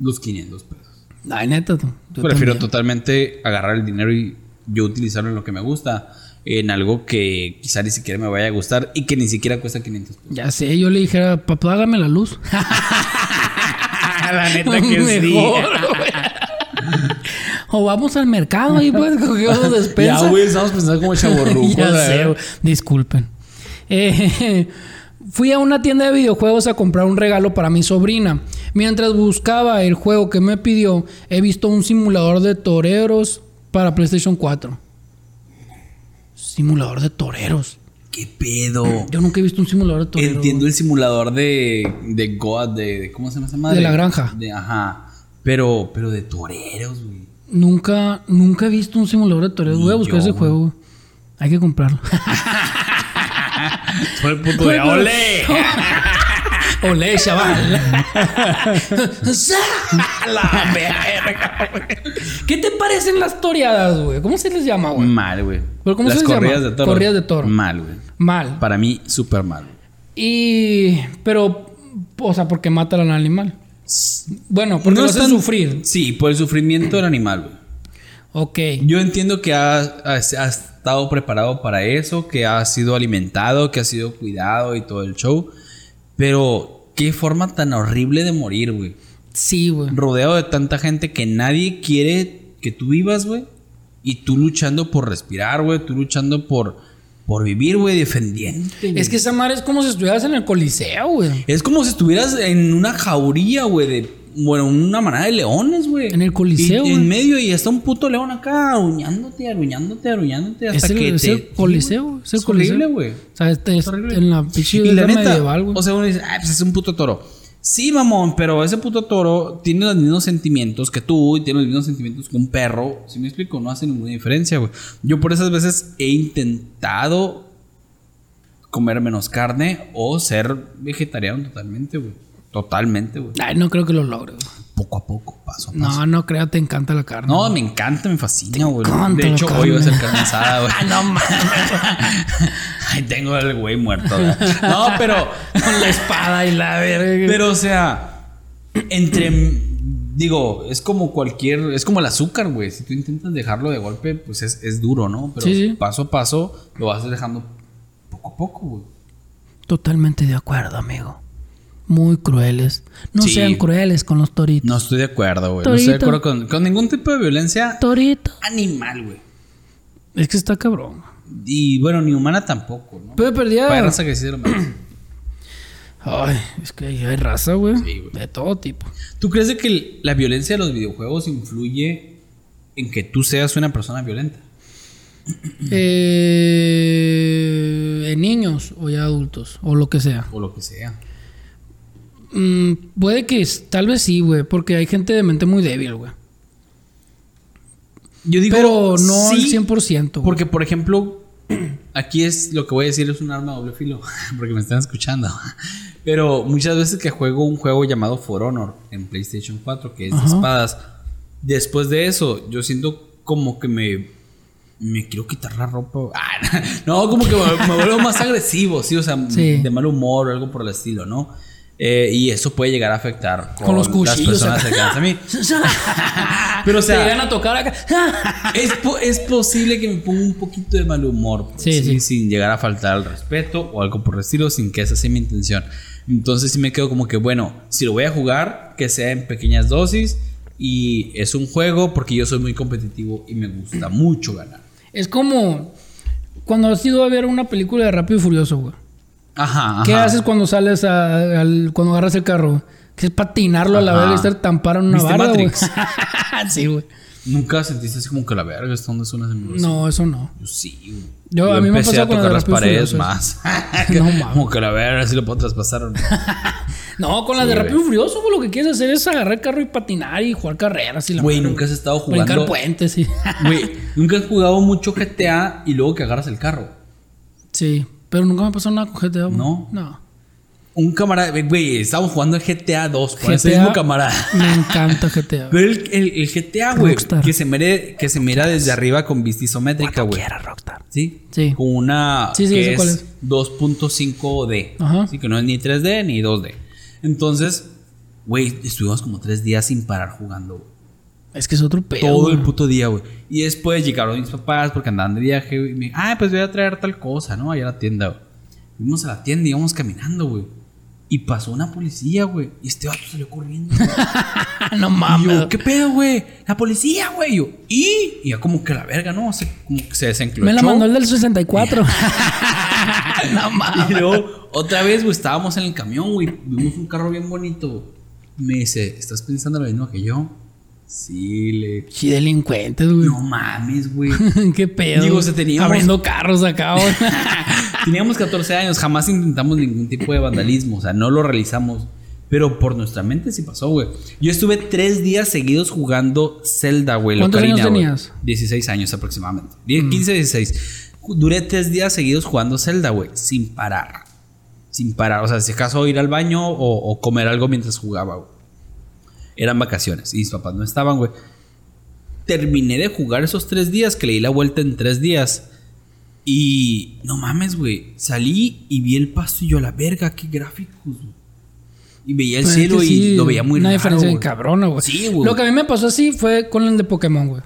S2: Los 500 pesos.
S1: Ay, neta, tú. Yo
S2: Prefiero
S1: también.
S2: totalmente agarrar el dinero y yo utilizarlo en lo que me gusta. En algo que quizá ni siquiera me vaya a gustar y que ni siquiera cuesta 500 pesos.
S1: Ya sé, yo le dijera, papá, hágame la luz.
S2: la
S1: Mejor, güey. O vamos al mercado y pues cogemos despensa.
S2: Ya, güey, estamos pensando como chaborrucos.
S1: Ya
S2: la
S1: sé,
S2: verdad.
S1: güey. disculpen. Eh, fui a una tienda de videojuegos a comprar un regalo para mi sobrina. Mientras buscaba el juego que me pidió, he visto un simulador de toreros para PlayStation 4. Simulador de toreros.
S2: ¿Qué pedo?
S1: Yo nunca he visto un simulador de toreros.
S2: Entiendo el simulador de, de God, de, de- ¿Cómo se llama esa madre?
S1: De la granja.
S2: De, ajá. Pero, pero de toreros, güey.
S1: Nunca, nunca he visto un simulador de toreros.
S2: Ni
S1: Voy a buscar
S2: yo,
S1: ese
S2: güey.
S1: juego. güey. Hay que comprarlo.
S2: Fue el puto
S1: Güey,
S2: de
S1: pero-
S2: Pues, ¡Ole!
S1: Olé, chaval. ¡Za! La verga, güey. ¿Qué te parecen las toreadas, güey? ¿Cómo se les llama, güey?
S2: Mal, güey.
S1: ¿Pero cómo
S2: Las
S1: se les llama?
S2: corridas de toro.
S1: Corridas de toro.
S2: Mal, güey.
S1: Mal.
S2: Para mí, súper mal.
S1: Y. Pero. O sea, porque matan al animal. Bueno, porque no lo hacen
S2: están-
S1: sufrir.
S2: Sí, por el sufrimiento del animal, güey.
S1: Ok.
S2: Yo entiendo que has, has- has estado preparado para eso, que has sido alimentado, que has sido cuidado y todo el show. Pero qué forma tan horrible de morir, güey.
S1: Sí, güey.
S2: Rodeado de tanta gente que nadie quiere que tú vivas, güey. Y tú luchando por respirar, güey. Tú luchando por, por vivir, güey, defendiendo.
S1: Es que esa madre es como si estuvieras en el coliseo, güey.
S2: Es como si estuvieras en una jauría, güey, de. Bueno, una manada de leones, güey.
S1: En el Coliseo,
S2: Y-
S1: güey.
S2: En medio y está un puto león acá aruñándote, aruñándote, aruñándote. Hasta
S1: Es el-
S2: que
S1: es
S2: te-
S1: el Coliseo,
S2: Sí, güey.
S1: es el
S2: Es horrible,
S1: Coliseo.
S2: güey.
S1: O sea, este es
S2: horrible.
S1: en la pinche
S2: Y la
S1: guerra
S2: neta,
S1: medieval, güey.
S2: o sea, uno dice, ah, pues es un puto toro. Sí, mamón, pero ese puto toro tiene los mismos sentimientos que tú y tiene los mismos sentimientos que un perro. Si me explico, no hace ninguna diferencia, güey. Yo por esas veces he intentado comer menos carne o ser vegetariano totalmente, güey. Totalmente, güey.
S1: Ay, no creo que lo logres. güey.
S2: Poco a poco, paso a paso.
S1: No, no creo, te encanta la carne.
S2: No, me encanta, me fascina, güey.
S1: encanta
S2: De
S1: la
S2: hecho, hoy va a
S1: carne.
S2: ser carne asada, Ah, güey. no Ay, tengo al güey muerto. güey. No, pero
S1: Con la espada y la verga.
S2: Pero, o sea, entre. Digo, es como cualquier. Es como el azúcar, güey. Si tú intentas dejarlo de golpe, pues es, es duro, ¿no? Pero
S1: Sí, sí.
S2: paso a paso lo vas dejando poco a poco, güey.
S1: Totalmente de acuerdo, amigo. Muy crueles. No
S2: Sí.
S1: sean crueles con los toritos.
S2: No estoy de acuerdo, güey. No estoy de
S1: Torito.
S2: acuerdo con, con ningún tipo de violencia
S1: Torito.
S2: animal, güey.
S1: Es que está cabrón.
S2: Y bueno, ni humana tampoco, ¿no?
S1: Pero perdía.
S2: Hay raza que sí se lo merece.
S1: Ay, es que hay raza, güey.
S2: Sí, güey.
S1: de todo tipo.
S2: ¿Tú crees de que el- la violencia de los videojuegos influye en que tú seas una persona violenta?
S1: Eh, en niños o ya adultos o lo que sea.
S2: O lo que sea.
S1: Mm, puede que s- tal vez sí, güey, porque hay gente de mente muy débil, güey.
S2: Yo digo.
S1: Pero no al
S2: sí,
S1: 100%. güey.
S2: Porque, por ejemplo, aquí es lo que voy a decir es un arma de doble filo, porque me están escuchando. Pero muchas veces que juego un juego llamado For Honor en PlayStation 4, que es de
S1: Ajá.
S2: espadas, después de eso, yo siento como que me. Me quiero quitar la ropa. Ah, no, como que me, me vuelvo más agresivo, sí, o sea,
S1: Sí.
S2: de mal humor o algo por el estilo, ¿no? Eh, y eso puede llegar a afectar
S1: Con los cuchillos
S2: Las personas
S1: acá.
S2: cercanas a mí. Pero, o sea,
S1: Te llegan a tocar acá.
S2: es, po- es posible que me ponga un poquito de mal humor. pues,
S1: Sí,
S2: sí,
S1: sí.
S2: Sin llegar a faltar al respeto o algo por el estilo, sin que esa sea mi intención. Entonces sí me quedo como que, bueno, si lo voy a jugar, que sea en pequeñas dosis. Y es un juego porque yo soy muy competitivo y me gusta mucho ganar.
S1: es como cuando has ido a ver una película de Rápido y Furioso, güey.
S2: Ajá.
S1: ¿Qué
S2: ajá.
S1: haces cuando sales a- al, cuando agarras el carro? Que es patinarlo a la
S2: Ajá.
S1: verga y estar tampado en una
S2: ¿Viste
S1: barra, güey.
S2: Matrix?
S1: sí, güey.
S2: Nunca sentiste así como que la verga, ¿esto dónde suena ese muro?
S1: No, eso no.
S2: Yo sí, güey.
S1: Yo- a mí me ha
S2: empecé
S1: pasado
S2: a
S1: con el
S2: tocar las
S1: Rápido y
S2: paredes
S1: Furioso.
S2: más.
S1: No mames.
S2: Como que la verga, si lo puedo traspasar o no.
S1: No, con la de
S2: güey.
S1: Rápido y Furioso, güey, lo que quieres hacer es agarrar el carro y patinar y jugar carreras y la
S2: Güey,
S1: madre,
S2: nunca has estado
S1: Brincar
S2: jugando.
S1: puentes, sí.
S2: Güey, nunca has jugado mucho GTA y luego que agarras el carro.
S1: sí, pero nunca me pasó nada con GTA, güey.
S2: No.
S1: No.
S2: Un camarada, güey, estábamos jugando el GTA 2 con ese
S1: GTA.
S2: mismo camarada.
S1: Me encanta GTA. güey.
S2: Pero el, el- el GTA, güey,
S1: Rockstar.
S2: que se, mere- que se mira desde arriba con vista isométrica, güey.
S1: Rockstar.
S2: ¿Sí?
S1: Sí.
S2: Con una
S1: Sí, sí,
S2: que
S1: sé
S2: es,
S1: cuál es.
S2: 2.5D.
S1: Ajá.
S2: Así que no es ni 3D ni 2D. Entonces, güey, estuvimos como tres días sin parar jugando, güey.
S1: Es que es otro pedo.
S2: Todo el
S1: güey.
S2: puto día, güey. Y después llegaron mis papás porque andaban de viaje, güey. Y me ah, pues voy a traer tal cosa, ¿no? Allá a la tienda, güey. Fuimos a la tienda y íbamos caminando, güey. Y pasó una policía, güey. Y este vato salió corriendo. güey.
S1: no
S2: Y
S1: mames.
S2: yo, ¿qué pedo, güey? La policía, güey. Y yo, ¿y? Y ya como que la verga, ¿no? Se, como que se desenclochó.
S1: Me la mandó el del 64. no mames.
S2: Y luego, otra vez, güey, estábamos en el camión, güey. Vimos un carro bien bonito. Me dice, ¿estás pensando lo mismo que yo? Sí, le.
S1: Sí, delincuentes, güey.
S2: No mames, güey.
S1: Qué pedo.
S2: Digo, se teníamos-
S1: Abriendo carros acá, güey.
S2: Teníamos 14 años, jamás intentamos ningún tipo de vandalismo, o sea, no lo realizamos. Pero por nuestra mente sí pasó, güey. Yo estuve tres días seguidos jugando Zelda, güey. la
S1: ¿Cuántos
S2: Ocarina,
S1: años
S2: güey.
S1: tenías? Mm.
S2: 16 años aproximadamente. 10, 15, 16. Ju- Duré tres días seguidos jugando Zelda, güey, sin parar. Sin parar. O sea, si acaso ir al baño o, o comer algo mientras jugaba, güey. Eran vacaciones y mis papás no estaban, güey. Terminé de jugar esos tres días, que le di la vuelta en tres días. Y no mames, güey. Salí y vi el pasto y yo, la verga, qué gráficos, güey. Y veía el
S1: Pues,
S2: cielo
S1: este, sí,
S2: y lo veía muy
S1: Una
S2: raro.
S1: diferencia bien
S2: güey.
S1: cabrona, güey.
S2: Sí, güey.
S1: Lo que a mí me pasó así fue con el de Pokémon, güey.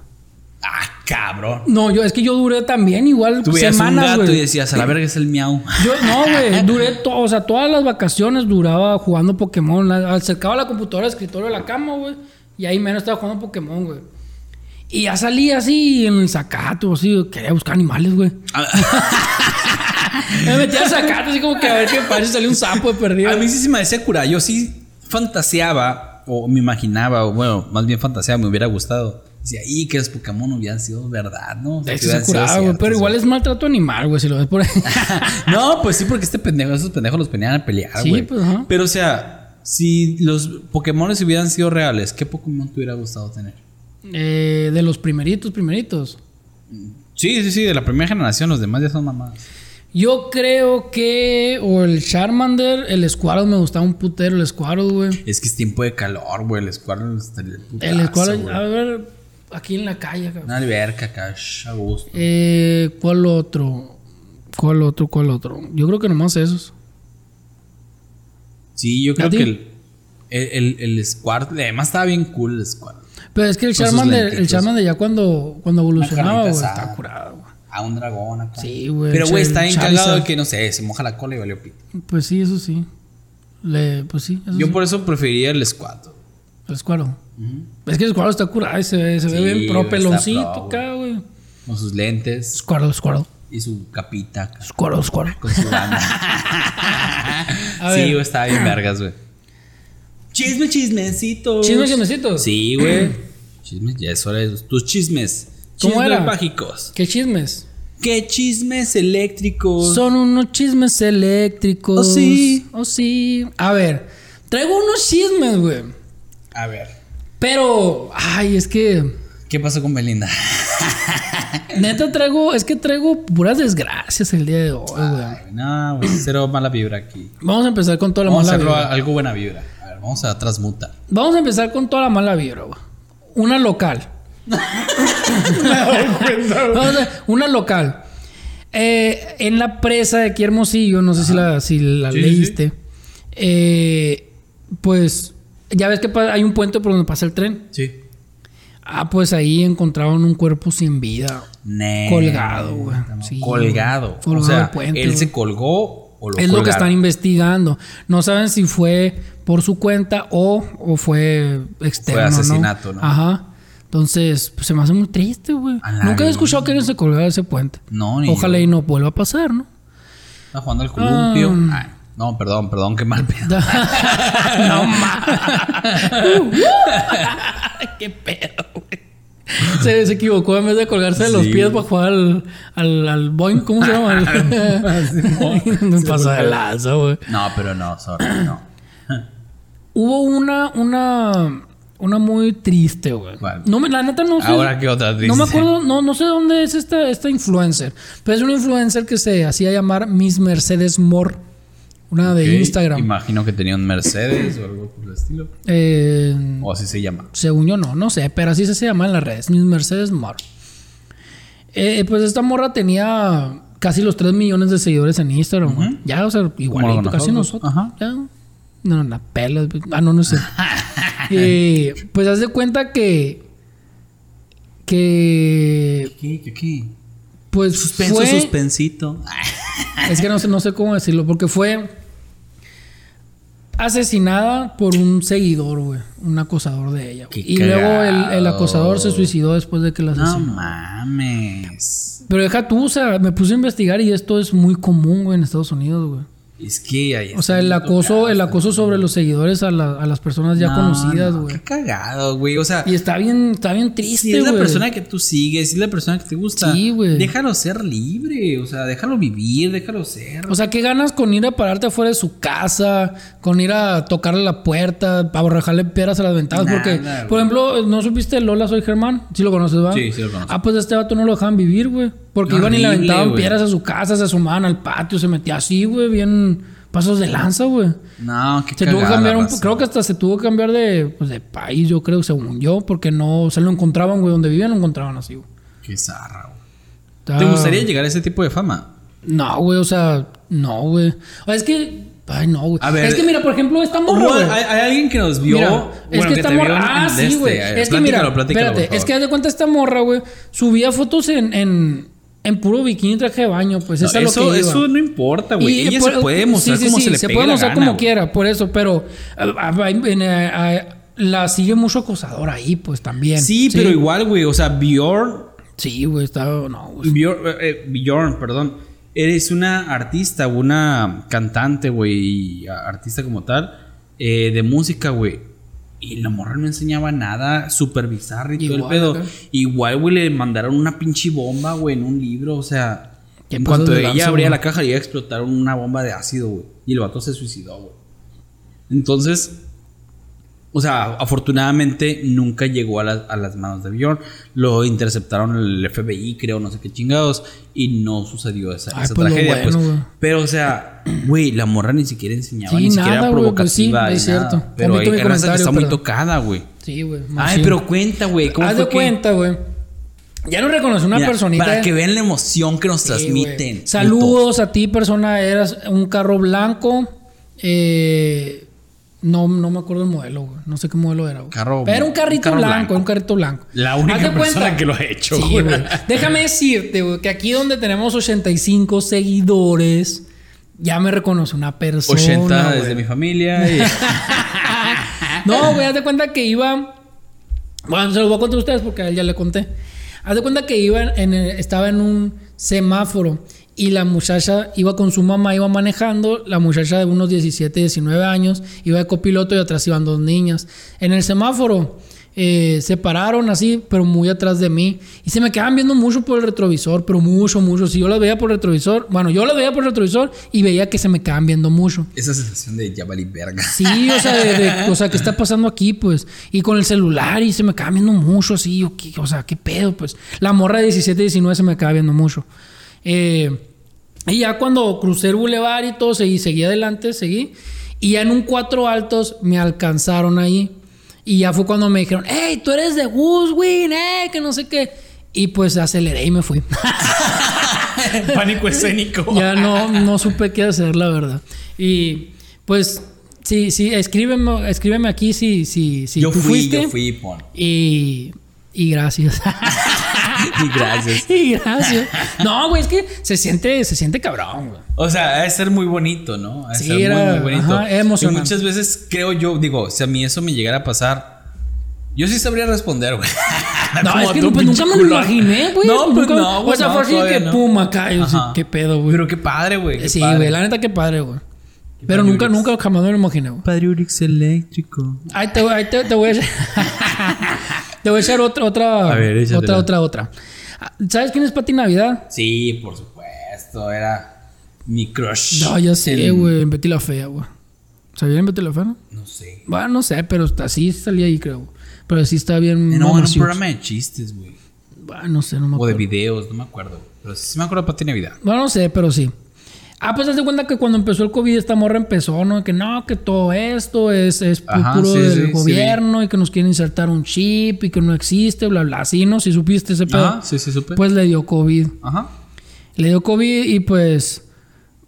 S2: Ah, cabrón.
S1: No, yo, es que yo duré también igual
S2: Tú veías un
S1: semanas,
S2: gato y
S1: güey.
S2: decías, a la verga es el miau.
S1: Yo, no, güey, duré, to- o sea, todas las vacaciones duraba jugando Pokémon. La- Acercaba la computadora al escritorio de la cama, güey, y ahí menos estaba jugando Pokémon, güey. Y ya salí así en el sacato, así, quería buscar animales, güey. Me metí al sacato, así como que a ver qué parece, salió un sapo de perdido.
S2: A mí sí se me decía cura. Yo sí fantaseaba, o me imaginaba, o bueno, más bien fantaseaba, me hubiera gustado. Decía, y que los Pokémon hubieran sido verdad, ¿no? O sea,
S1: Es
S2: que
S1: que se
S2: hubieran sido
S1: curaba, güey, pero
S2: ciertos,
S1: igual es maltrato animal, güey, si lo ves por ahí.
S2: no, pues sí, porque este pendejo, esos pendejos los ponían a pelear,
S1: Sí,
S2: güey.
S1: pues, ajá.
S2: Pero, o sea, si los Pokémon hubieran sido reales, ¿qué Pokémon te hubiera gustado tener?
S1: Eh, de los primeritos, primeritos.
S2: Sí, sí, sí, de la primera generación, los demás ya son mamadas.
S1: Yo creo que o el Charmander, el Squirtle me gustaba un putero el Squirtle, güey.
S2: Es que es tiempo de calor, güey, el Squirtle estaría el
S1: El
S2: putazo,
S1: Squirtle,
S2: güey.
S1: a ver, aquí en la calle, cabrón.
S2: Una alberca, cash, a gusto.
S1: Eh, ¿cuál otro? ¿Cuál otro? ¿Cuál otro? Yo creo que nomás esos.
S2: Sí, yo
S1: ¿A
S2: creo
S1: ti?
S2: que el, el, el, el Squirtle, además estaba bien cool el Squirtle.
S1: Pero es que el
S2: Con sus
S1: Charmander, el
S2: lentitos.
S1: Charmander ya cuando, cuando evolucionaba, güey,
S2: carnita asada.
S1: está curado, güey.
S2: A un dragón acá.
S1: Sí, güey,
S2: Pero, güey,
S1: el
S2: está bien
S1: Charizard.
S2: cagado de que, no sé, se moja la cola y valió pito.
S1: Pues sí, eso sí. Le, pues sí, eso
S2: Yo
S1: sí.
S2: por eso preferiría el Squirtle.
S1: El Squirtle. Es que el Squirtle está curado, se ve, se ve
S2: Sí,
S1: bien pro,
S2: güey, está
S1: peloncito
S2: pro,
S1: acá, güey.
S2: Con sus lentes
S1: Squirtle, Squirtle.
S2: y su capita acá.
S1: Squirtle, Squirtle.
S2: Con su banda.
S1: A
S2: sí,
S1: ver.
S2: güey, estaba bien vergas, güey. Chisme, chismecito.
S1: Chisme, chismecito.
S2: Sí, güey. Chismes, ya es hora de tus chismes.
S1: ¿Cómo
S2: chismes
S1: era?
S2: mágicos.
S1: ¿Qué chismes?
S2: ¿Qué chismes eléctricos?
S1: Son unos chismes eléctricos.
S2: Pues- Oh, sí.
S1: Oh, sí. A ver, traigo unos chismes, güey.
S2: A ver.
S1: Pero, ay, es que.
S2: ¿Qué pasó con Belinda?
S1: Neta traigo, es que traigo puras desgracias el día de hoy, güey.
S2: Ay, no, güey, cero mala vibra aquí.
S1: Vamos a empezar con toda la
S2: Vamos a
S1: mala
S2: hacerlo
S1: vibra.
S2: a- algo buena vibra. A ver, vamos a transmutar.
S1: Vamos a empezar con toda la mala vibra, güey. Una local. Vamos a- una local. Eh, en la presa de aquí Hermosillo, no sé si la, si la
S2: Sí, sí,
S1: leíste. eh, pues ya ves que pa- hay un puente por donde pasa el tren.
S2: Sí.
S1: Ah, pues ahí encontraron un cuerpo sin vida. Colgado, güey. Sí,
S2: colgado.
S1: colgado
S2: o sea,
S1: del puente,
S2: él
S1: güey.
S2: se colgó o lo
S1: es lo que están
S2: colgaron.
S1: investigando. No saben si fue por su cuenta o, o fue externo. ¿no?
S2: asesinato, ¿no?
S1: Ajá. Entonces, pues, se me hace muy triste, güey.
S2: A la
S1: Nunca
S2: vida.
S1: he escuchado que alguien se colgara de ese puente.
S2: No, ni
S1: Ojalá
S2: yo.
S1: y no vuelva a pasar, ¿no?
S2: Está jugando al columpio.
S1: Mm.
S2: Ay, no, perdón, perdón, qué mal pedo.
S1: no mames. Qué pedo, güey. Se, se equivocó en vez de colgarse de los
S2: Sí.
S1: pies para jugar al, al, al boing, ¿cómo se llama? Un paso de lazo, güey.
S2: No, pero no, sorry, no.
S1: Hubo una, una, una muy triste, güey.
S2: ¿Cuál?
S1: No me, la neta no sé.
S2: Ahora qué otra triste.
S1: No me acuerdo, no, no sé dónde es esta, esta influencer. Pero es una influencer que se hacía llamar Miss Mercedes Moore. Una de
S2: Ok,
S1: Instagram.
S2: Imagino que tenía un Mercedes o algo por el estilo.
S1: Eh,
S2: O así se llama.
S1: según yo no, no sé, pero así se llama en las redes, Miss Mercedes Moore. Eh, pues esta morra tenía casi los 3 millones de seguidores en Instagram, güey. Ya, o sea, igualito,
S2: nosotros.
S1: casi nosotros.
S2: Ajá.
S1: Ya. No, la pela. Ah, no, no sé. Eh, pues haz de cuenta que. Que.
S2: ¿Qué? ¿Qué? qué?
S1: Pues.
S2: Suspenso,
S1: fue-
S2: suspensito.
S1: es que no sé, no sé cómo decirlo, porque fue asesinada por un seguidor, güey, un acosador de ella. güey.
S2: Qué
S1: Y luego el, el
S2: cagado.
S1: acosador se suicidó después de que la
S2: No
S1: asesinó.
S2: mames.
S1: Pero deja tú, o sea, me puse a investigar y esto es muy común, güey, en Estados Unidos, güey.
S2: Es que ahí
S1: O sea, el acoso, el acoso sobre los seguidores a, la- a las personas ya conocidas, güey.
S2: Qué cagado, güey. O sea,
S1: Y está bien, está bien triste,
S2: si
S1: güey.
S2: es la persona que tú sigues, si es la persona que te gusta,
S1: Sí, güey.
S2: déjalo ser libre. O sea, déjalo vivir, déjalo ser.
S1: O sea, ¿qué ganas con ir a pararte afuera de su casa? Con ir a tocarle la puerta, a borrajarle piedras a las ventanas.
S2: Nada,
S1: porque,
S2: güey.
S1: por ejemplo, ¿no supiste Lola Soy Germán? Sí lo conoces, ¿va?
S2: Sí, sí lo conozco.
S1: Ah, pues a este vato no lo dejaban vivir, güey. Porque
S2: Qué
S1: iban y le
S2: horrible,
S1: aventaban
S2: güey.
S1: piedras a su casa, se asomaban al patio, se metía así, güey, bien pasos de lanza, güey.
S2: no, qué
S1: Se
S2: cagado.
S1: tuvo que cambiar un po- creo que hasta se tuvo que cambiar de, pues, de país, yo creo, según yo, porque no, se lo encontraban, güey, donde vivían lo encontraban así, güey.
S2: Qué zarra, güey.
S1: Está-
S2: ¿Te gustaría llegar a ese tipo de fama?
S1: No, güey, o sea, no, güey. O sea, es que, ay, no, güey.
S2: A ver,
S1: es que mira, por ejemplo, esta morra,
S2: Hubo-
S1: Oh, güey.
S2: hay, hay alguien que nos vio.
S1: Mira, es
S2: bueno,
S1: que esta
S2: te vio
S1: morra.
S2: en-
S1: Ah,
S2: en
S1: sí,
S2: este,
S1: güey.
S2: a ver,
S1: es que mira,
S2: platícalo, platícalo, por
S1: espérate, es que
S2: favor.
S1: haz de cuenta esta morra, güey, subía fotos en, en, en puro bikini y traje de baño, pues,
S2: No,
S1: eso es a lo
S2: eso,
S1: que iba.
S2: eso no importa, güey.
S1: Y,
S2: Ella
S1: eh, por-
S2: se puede mostrar
S1: sí, sí,
S2: como
S1: sí,
S2: se le
S1: se
S2: pegue
S1: puede
S2: la
S1: mostrar
S2: gana,
S1: como
S2: güey.
S1: quiera, por eso, pero ah, ah, ah, en, eh, ah, la sigue mucho acosador ahí, pues también.
S2: Sí, pero igual, güey. O sea, Bjorn,
S1: Sí, güey, está. No, güey.
S2: Bjorn, eh, eh, Bjorn, perdón. Eres una artista, una cantante, güey, y a- artista como tal, eh, de música, güey. Y la morra no enseñaba nada, supervisar y todo
S1: Igual,
S2: el pedo.
S1: acá.
S2: Igual, güey, le mandaron una pinche bomba, güey, en un libro, o sea.
S1: Qué
S2: En
S1: pasos
S2: cuanto
S1: de
S2: ella
S1: lanza,
S2: abría
S1: güey.
S2: la caja, le iba a explotar una bomba de ácido, güey. Y el vato se suicidó, güey. Entonces, o sea, afortunadamente nunca llegó a, las- a las manos de Bjorn. Lo interceptaron el FBI, creo, no sé qué chingados. Y no sucedió esa,
S1: Ay,
S2: esa
S1: pues, lo
S2: tragedia.
S1: bueno,
S2: pues.
S1: güey.
S2: Pero, o sea, güey, la morra ni siquiera enseñaba,
S1: Sí,
S2: ni siquiera
S1: nada,
S2: era
S1: güey, pues sí,
S2: provocativa.
S1: es
S2: ni nada.
S1: cierto.
S2: Pero
S1: Omito
S2: hay
S1: mi
S2: raza que está
S1: comentario,
S2: muy
S1: pero-
S2: tocada, güey.
S1: Sí, güey.
S2: Ay,
S1: machín.
S2: pero cuenta, güey. ¿Cómo
S1: Haz
S2: fue
S1: de
S2: que-
S1: cuenta, güey. Ya no reconoce una
S2: Mira,
S1: personita.
S2: Para
S1: eh.
S2: que vean la emoción que nos
S1: Sí, güey.
S2: transmiten. putos.
S1: Saludos a ti, persona. Eras un carro blanco. Eh, no, no me acuerdo el modelo, güey. No sé qué modelo era, güey.
S2: Carro-
S1: Pero era un carrito
S2: un carro
S1: blanco,
S2: blanco.
S1: un carrito blanco.
S2: La única
S1: Haz de
S2: persona que lo ha hecho,
S1: Sí,
S2: güey.
S1: güey. Déjame decirte, güey, que aquí donde tenemos 85 seguidores, ya me reconoce una persona.
S2: 80
S1: güey.
S2: desde mi familia. y-
S1: No, güey, haz de cuenta que iba. Bueno, se los voy a contar a ustedes porque a él ya le conté. Haz de cuenta que iba en el- estaba en un semáforo y la muchacha iba con su mamá, iba manejando. La muchacha de unos 17, 19 años iba de copiloto y atrás iban dos niñas. En el semáforo eh, se pararon así, pero muy atrás de mí. Y se me quedaban viendo mucho por el retrovisor, pero mucho, mucho. Si yo las veía por el retrovisor, bueno, yo las veía por el retrovisor y veía que se me quedaban viendo mucho.
S2: Esa sensación de ya valí verga.
S1: Sí, o sea, de, de- o sea, ¿qué está pasando aquí, pues? Y con el celular y se me acaba viendo mucho, así, yo, ¿qué- o sea, ¿qué pedo, pues? La morra de 17, 19 se me acaba viendo mucho. Eh, y ya cuando crucé el bulevar y todo, seguí, seguí adelante, seguí. Y ya en un cuatro altos me alcanzaron ahí. Y ya fue cuando me dijeron, hey, tú eres de Goodwin, eh, que no sé qué. Y pues aceleré y me fui.
S2: Pánico escénico.
S1: ya no, no supe qué hacer, la verdad. Y pues, sí, sí, escríbeme, escríbeme aquí si, si, si
S2: yo
S1: tú
S2: fui,
S1: fuiste.
S2: yo fui, pon.
S1: Y, y gracias.
S2: Y gracias.
S1: y gracias. No, güey, es que se siente, se siente cabrón, güey.
S2: O sea, es ser muy bonito, ¿no? Ha de
S1: Sí,
S2: ser muy,
S1: era-
S2: muy bonito.
S1: ajá, era emocionante.
S2: Y muchas veces creo yo, digo, si a mí eso me llegara a pasar, yo sí sabría responder, güey.
S1: No,
S2: Ah, Como
S1: es que
S2: tú,
S1: pues,
S2: pinche
S1: nunca me lo
S2: culón.
S1: imaginé, güey.
S2: No, pues
S1: Nunca-
S2: no, güey.
S1: O sea,
S2: no,
S1: fue así
S2: todavía
S1: que
S2: no.
S1: pum, acá. yo sí,
S2: Ajá.
S1: qué pedo, güey.
S2: Pero qué padre, güey. qué
S1: Sí,
S2: padre.
S1: güey, la neta, qué padre, güey. Pero
S2: padre,
S1: nunca,
S2: Urix.
S1: nunca jamás me lo imaginé, güey.
S2: Padre Urix eléctrico.
S1: Ahí te, ahí te- te voy a echar. te voy a echar otra, otra.
S2: A ver, échatela.
S1: otra, otra, otra. Ah, ¿Sabes quién es Pati Navidad?
S2: Sí, por supuesto, era mi crush.
S1: No, ya sé,
S2: El-
S1: güey. En Betty la Fea, güey. ¿Sabía en Betty la Fea, no?
S2: No sé.
S1: Bueno, no sé, pero está- sí salía ahí, creo. Pero sí está bien.
S2: No, era un
S1: mamacito.
S2: programa de chistes, güey.
S1: Bueno, no sé, no me
S2: O de
S1: acuerdo.
S2: videos, no me acuerdo. Pero sí me acuerdo de Pati Navidad.
S1: Bueno, no sé, pero sí. Ah, pues haz de cuenta que cuando empezó el COVID, esta morra empezó, ¿no? Que no, que todo esto es, es
S2: Ajá,
S1: puro
S2: sí,
S1: del
S2: sí,
S1: gobierno y que nos quieren insertar un chip y que no existe, bla, bla. Sí, ¿no? Si supiste ese pedo.
S2: Ajá, Ah, sí, sí, supe.
S1: Pues le dio COVID.
S2: Ajá.
S1: Le dio COVID y pues,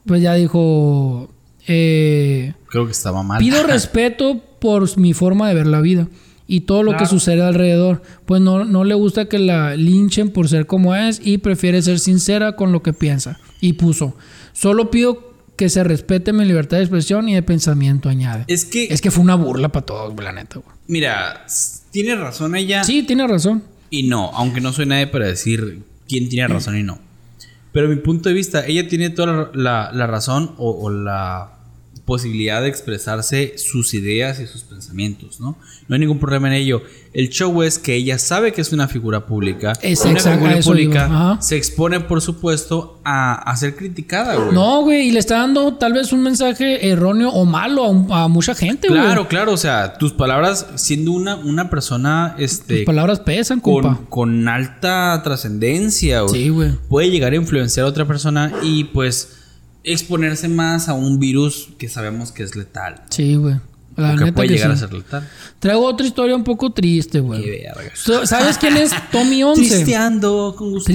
S1: pues ya dijo, eh,
S2: Creo que estaba mal.
S1: pido respeto por mi forma de ver la vida y todo lo que
S2: Claro.
S1: sucede alrededor. Pues no, no le gusta que la linchen por ser como es y prefiere ser sincera con lo que piensa. Y puso, solo pido que se respete mi libertad de expresión y de pensamiento, añade. Es,
S2: Es que,
S1: que fue una burla para todos, güey, la neta. güey.
S2: mira, s- tiene razón ella
S1: Sí, tiene razón. Mm.
S2: y no, aunque no soy nadie para decir quién tiene razón y no. Pero mi punto de vista, ella tiene toda la, la razón o, o la posibilidad de expresarse sus ideas y sus pensamientos, ¿no? No hay ningún problema en ello. El show es que ella sabe que es una figura pública.
S1: Es
S2: una
S1: exacto, a
S2: figura
S1: eso iba,
S2: pública
S1: ajá.
S2: se expone, por supuesto, a, a ser criticada, güey.
S1: No, güey, y le está dando tal vez un mensaje erróneo o malo a, un- a mucha gente, güey.
S2: Claro, claro, o sea, tus palabras, siendo una, una persona
S1: Tus
S2: este,
S1: palabras pesan, compa.
S2: con, con alta trascendencia, güey,
S1: Sí, güey.
S2: puede llegar a influenciar a otra persona y pues exponerse más a un virus que sabemos que es letal.
S1: Sí, güey. La
S2: o que
S1: neta
S2: puede
S1: que
S2: llegar
S1: sí.
S2: a ser letal.
S1: Traigo otra historia un poco triste,
S2: Qué
S1: güey.
S2: verga.
S1: So- ¿Sabes quién es Tommy 11?
S2: Tristeando, con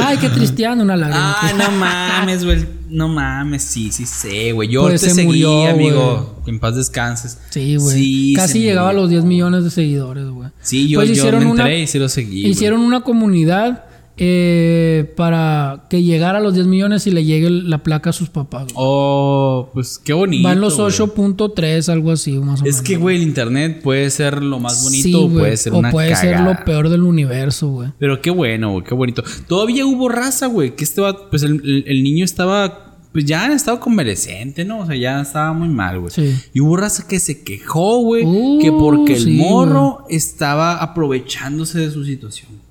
S1: Ay, qué tristeando una lágrima.
S2: Ah, no mames, güey. No mames, sí, sí sé, güey. Yo
S1: Pues
S2: te
S1: se
S2: seguí,
S1: murió,
S2: amigo. Que en paz descanses.
S1: Sí, güey.
S2: Sí, se
S1: Casi llegaba
S2: murió.
S1: a los 10 millones de seguidores, güey.
S2: Sí, yo,
S1: Pues
S2: yo
S1: hicieron
S2: me
S1: una-
S2: enteré y sí lo seguí. güey.
S1: Hicieron una comunidad eh, para que llegara a los 10 millones y le llegue la placa a sus papás. güey.
S2: Oh, pues qué bonito.
S1: Van los
S2: güey.
S1: 8.3, algo así, más o menos.
S2: Es que, güey, el internet puede ser lo más bonito
S1: Sí,
S2: o
S1: güey.
S2: puede ser una
S1: O puede ser
S2: cagada.
S1: lo peor del universo, güey.
S2: Pero qué bueno, güey, qué bonito. Todavía hubo raza, güey, que este va, pues el, el- el niño estaba, pues ya estaba convalescente, ¿no? O sea, ya estaba muy mal, güey.
S1: Sí.
S2: Y hubo raza que se quejó, güey,
S1: Uh,
S2: que porque el
S1: sí,
S2: morro estaba aprovechándose de su situación.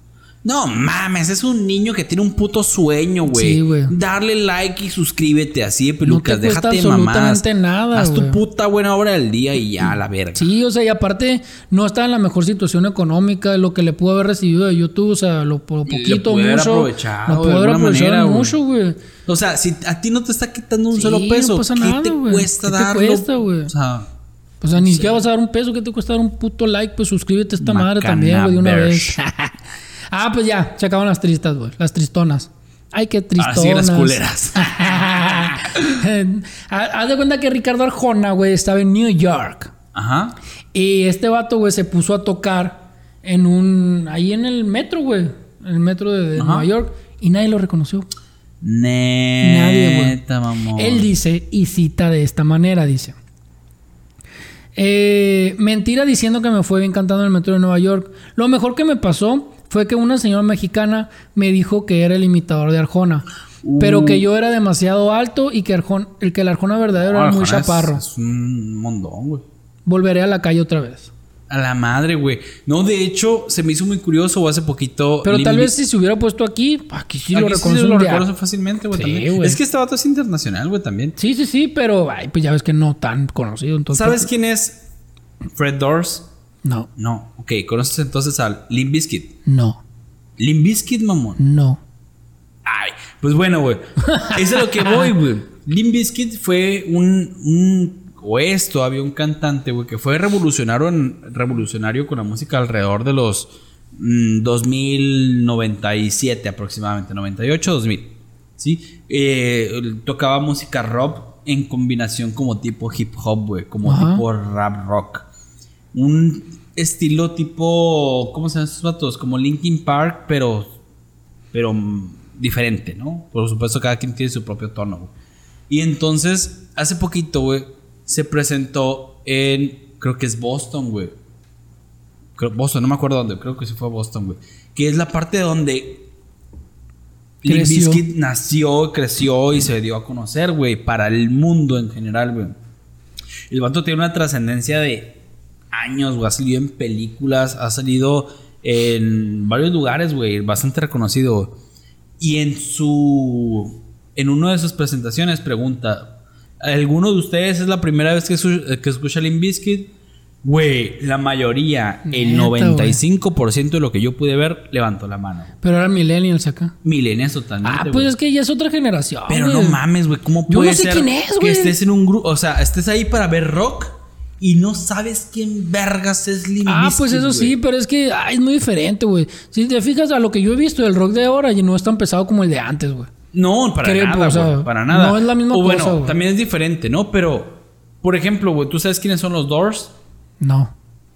S2: No mames, es un niño que tiene un puto sueño, güey.
S1: Sí, güey.
S2: Darle like y suscríbete así de pelucas,
S1: No te cuesta
S2: déjate de mamadas.
S1: absolutamente nada,
S2: Haz tu
S1: güey.
S2: puta buena obra del día y ya, a la verga.
S1: Sí, o sea, y aparte no está en la mejor situación económica, lo que le pudo haber recibido de YouTube, o sea, lo, lo poquito,
S2: pudo haber
S1: mucho.
S2: aprovechado
S1: lo
S2: de
S1: pudo haber
S2: alguna
S1: aprovechado
S2: manera, güey.
S1: mucho, güey.
S2: O sea, si a ti no te está quitando un
S1: Sí,
S2: solo
S1: no
S2: peso,
S1: pasa
S2: ¿qué
S1: nada,
S2: te
S1: güey.
S2: cuesta
S1: ¿Qué te
S2: darlo?
S1: cuesta, güey?
S2: O sea,
S1: O sea, ni siquiera vas a dar un peso, que te cuesta dar un puto like? Pues suscríbete a esta madre
S2: Macana
S1: también, güey, de una
S2: Bears.
S1: vez. ah, pues ya, se acaban las tristas, güey. Las tristonas. Ay, qué tristonas.
S2: así las culeras.
S1: Haz de cuenta que Ricardo Arjona, güey, estaba en New York.
S2: Ajá.
S1: Y este vato, güey, se puso a tocar en un. ahí en el metro, güey. En el metro de, de Nueva York. Y nadie lo reconoció. Nadie,
S2: Neta, mamón.
S1: Él dice, y cita de esta manera, dice. "Eh, mentira diciendo que me fue bien cantando en el metro de Nueva York. Lo mejor que me pasó fue que una señora mexicana me dijo que era el imitador de Arjona. Pero
S2: Uh.
S1: que yo era demasiado alto y que, Arjona, el, que el Arjona verdadero
S2: No,
S1: era muy
S2: Ah, Arjona es-
S1: chaparro.
S2: Es, un mondón, güey.
S1: Volveré a la calle otra vez.
S2: A la madre, güey. No, de hecho, se me hizo muy curioso hace poquito.
S1: Pero
S2: Lil
S1: tal
S2: Bi-
S1: vez si se hubiera puesto aquí, aquí sí lo
S2: Aquí sí
S1: reconoce
S2: lo
S1: un día.
S2: reconoce fácilmente, güey.
S1: Sí,
S2: también.
S1: güey. Pues,
S2: Es que este vato es internacional, güey, también.
S1: Sí, sí, sí, pero ay, pues ya ves que no tan conocido. Entonces, pues,
S2: ¿Sabes quién es Fred Doors?
S1: No,
S2: No. Ok, conoces entonces al Limp Bizkit.
S1: no,
S2: Limp Bizkit, mamón.
S1: no.
S2: Ay, pues bueno, güey. Eso es lo que voy, güey. Limp Bizkit fue un, un. O es todavía un cantante, güey, que fue revolucionario, revolucionario con la música alrededor de los. mm, 2097 aproximadamente, 98, 2000. ¿Sí? Eh, él tocaba música rock en combinación como tipo hip hop, güey, como
S1: Ajá.
S2: tipo rap rock. Un estilo tipo. ¿Cómo se llaman esos vatos? Como Linkin Park, pero pero mm, diferente, ¿no? Por supuesto, cada quien tiene su propio tono. güey. Y entonces, hace poquito, güey, se presentó en, creo que es Boston, güey. Creo- Boston, no me acuerdo dónde, creo que sí fue Boston, güey. Que es la parte donde Limp
S1: Creció.
S2: Bizkit nació, creció y se dio a conocer, güey, para el mundo en general, güey. El vato tiene una trascendencia de años, güey. Ha salido en películas, ha salido en varios lugares, güey. Bastante reconocido. güey. Y en su. En una de sus presentaciones pregunta: ¿Alguno de ustedes es la primera vez que, su- que escucha Limp Bizkit? Güey, la mayoría, el
S1: Neta, güey.
S2: 95% de lo que yo pude ver, levantó la mano.
S1: Pero eran millennials acá.
S2: Milenias totalmente.
S1: Ah,
S2: güey.
S1: pues es que ya es otra generación.
S2: Pero no
S1: güey.
S2: mames, güey, ¿cómo
S1: Yo
S2: puede
S1: no sé
S2: ser
S1: quién es,
S2: que
S1: güey.
S2: estés en un grupo, o sea, estés ahí para ver rock y no sabes quién vergas es Limp
S1: Ah,
S2: Bizkit,
S1: pues eso
S2: güey?
S1: sí, pero es que ay, es muy diferente, güey. Si te fijas a lo que yo he visto, el rock de ahora ya no es tan pesado como el de antes, güey.
S2: No, para
S1: Creo,
S2: nada,
S1: o sea,
S2: güey, para nada.
S1: no es la misma
S2: o bueno,
S1: cosa, güey.
S2: también es diferente, ¿no? Pero por ejemplo, güey, ¿tú sabes quiénes son los Doors?
S1: No.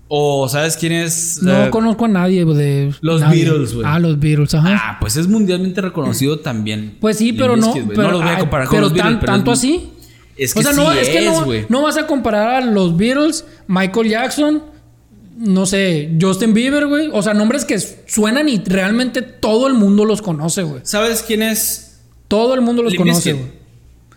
S2: ¿O sabes quién es
S1: No
S2: eh,
S1: conozco a nadie güey, de
S2: los
S1: nadie.
S2: Beatles, güey.
S1: Ah, los Beatles, ajá.
S2: Ah, pues es mundialmente reconocido también.
S1: pues sí,
S2: Limp
S1: pero no.
S2: Bizkit, güey.
S1: pero,
S2: no los voy a
S1: ay,
S2: comparar con
S1: pero
S2: los Beatles,
S1: tan-
S2: pero
S1: tanto
S2: es-
S1: así.
S2: Es que
S1: o sea,
S2: sí
S1: no,
S2: es,
S1: es que no,
S2: güey.
S1: no vas a comparar a los Beatles, Michael Jackson, no sé, Justin Bieber, güey. O sea, nombres que suenan y realmente todo el mundo los conoce, güey.
S2: ¿Sabes quién es?
S1: Todo el mundo los
S2: Limp
S1: conoce,
S2: Bizkit.
S1: güey.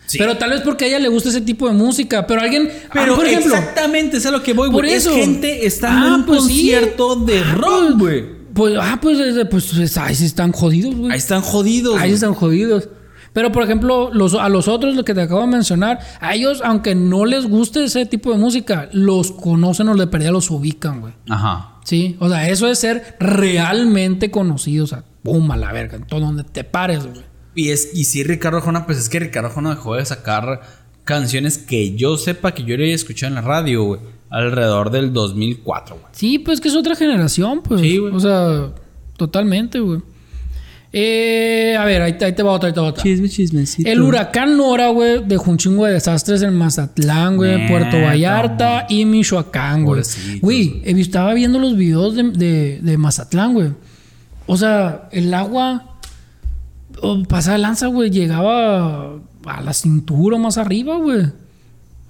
S2: Sí.
S1: Pero tal vez porque a ella le gusta ese tipo de música. Pero alguien,
S2: Pero
S1: Ah, por ejemplo,
S2: exactamente, es a lo que voy,
S1: Por
S2: güey. Es
S1: eso.
S2: gente está en
S1: Ah,
S2: un
S1: pues sí.
S2: concierto de rock, güey.
S1: pues, ah, pues, eh, pues, pues, ahí sí están jodidos, güey.
S2: Ahí están jodidos.
S1: Ahí
S2: güey.
S1: están jodidos. Pero, por ejemplo, los, a los otros, lo que te acabo de mencionar, a ellos, aunque no les guste ese tipo de música, los conocen o de perdida los ubican, güey.
S2: Ajá.
S1: Sí, o sea, eso es ser realmente conocido. O sea, pum, a la verga, en todo donde te pares, güey.
S2: Y es y sí Ricardo Arjona, pues es que Ricardo Arjona dejó de sacar canciones que yo sepa que yo le he escuchado en la radio, güey, alrededor del 2004, güey.
S1: Sí, pues que es otra generación, pues.
S2: Sí, güey.
S1: O sea, totalmente, güey. Eh, a ver, ahí, te- ahí te va otra, ahí te va otra.
S2: Chisme, chismecito.
S1: El huracán Nora, güey, dejó un chingo de desastres en Mazatlán, güey,
S2: Neta,
S1: Puerto Vallarta y Michoacán, güey.
S2: Pobrecitos,
S1: Güey, eh, estaba viendo los videos de, de- de Mazatlán, güey. O sea, el agua oh, pasaba de lanza, güey, llegaba a la cintura o más arriba, güey.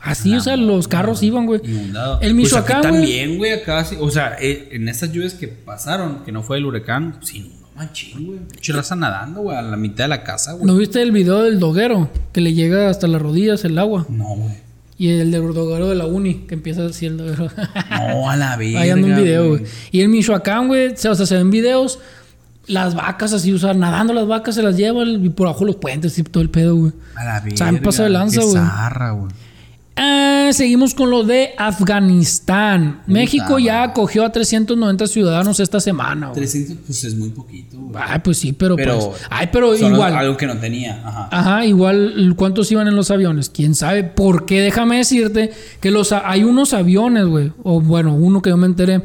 S1: Así, o sea, los carros iban, güey.
S2: Inundado.
S1: El
S2: Pues aquí
S1: Michoacán, güey.
S2: también, güey, acá sí. O sea, eh, en esas lluvias que pasaron, que no fue el huracán, sí, no manchín, güey. Chirraza nadando, güey, a la mitad de la casa, güey.
S1: ¿No viste el video del doguero? Que le llega hasta las rodillas el agua.
S2: No, güey.
S1: Y el del doguero de la uni, que empieza así el doguero.
S2: No, a la verga.
S1: Ahí anda un video, güey. Y en Michoacán, güey, se- o sea, se ven videos, las vacas así, o sea, nadando las vacas se las lleva el- y por abajo los puentes y todo el pedo, güey.
S2: A la verga.
S1: Se han pasado de lanza,
S2: qué
S1: güey.
S2: zarra, güey.
S1: Ah, seguimos con lo de Afganistán. México ya acogió a 390 ciudadanos esta semana, güey.
S2: 300, pues es muy poquito, güey.
S1: Ay, pues sí, pero,
S2: Pero-
S1: pues, ay, pero
S2: Solo
S1: igual.
S2: Algo que no tenía, ajá.
S1: Ajá, igual cuántos iban en los aviones, quién sabe. Porque déjame decirte que los a- hay unos aviones, güey, o bueno, uno que yo me enteré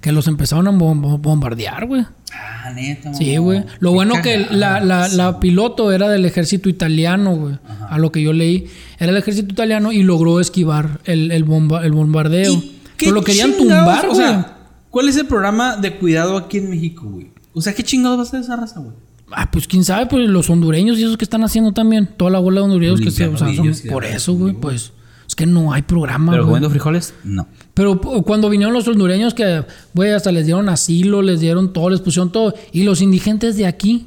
S1: que los empezaron a bom- bom- bombardear, güey.
S2: Ah, neta.
S1: Sí,
S2: mamá.
S1: güey. Lo
S2: Qué
S1: bueno que
S2: cagada.
S1: la, la- la piloto era del ejército italiano, güey. A lo que yo leí. Era el ejército italiano y logró esquivar el, el, bomba- el bombardeo.
S2: ¿Y qué
S1: Pero lo querían
S2: chingados?
S1: tumbar,
S2: O
S1: güey.
S2: sea, ¿cuál es el programa de cuidado aquí en México, güey? O sea, ¿qué chingados va a ser esa raza, güey?
S1: Ah, pues quién sabe, pues los hondureños y esos que están haciendo también. Toda la bola de hondureños que se
S2: Limpiar
S1: o sea, son-
S2: rodillos y
S1: Por
S2: demás,
S1: eso, güey, pues. Es que no hay programa,
S2: ¿Pero
S1: güey.
S2: comiendo frijoles? No.
S1: Pero pu- cuando vinieron los hondureños que, güey, hasta les dieron asilo, les dieron todo, les pusieron todo. Y los indigentes de aquí.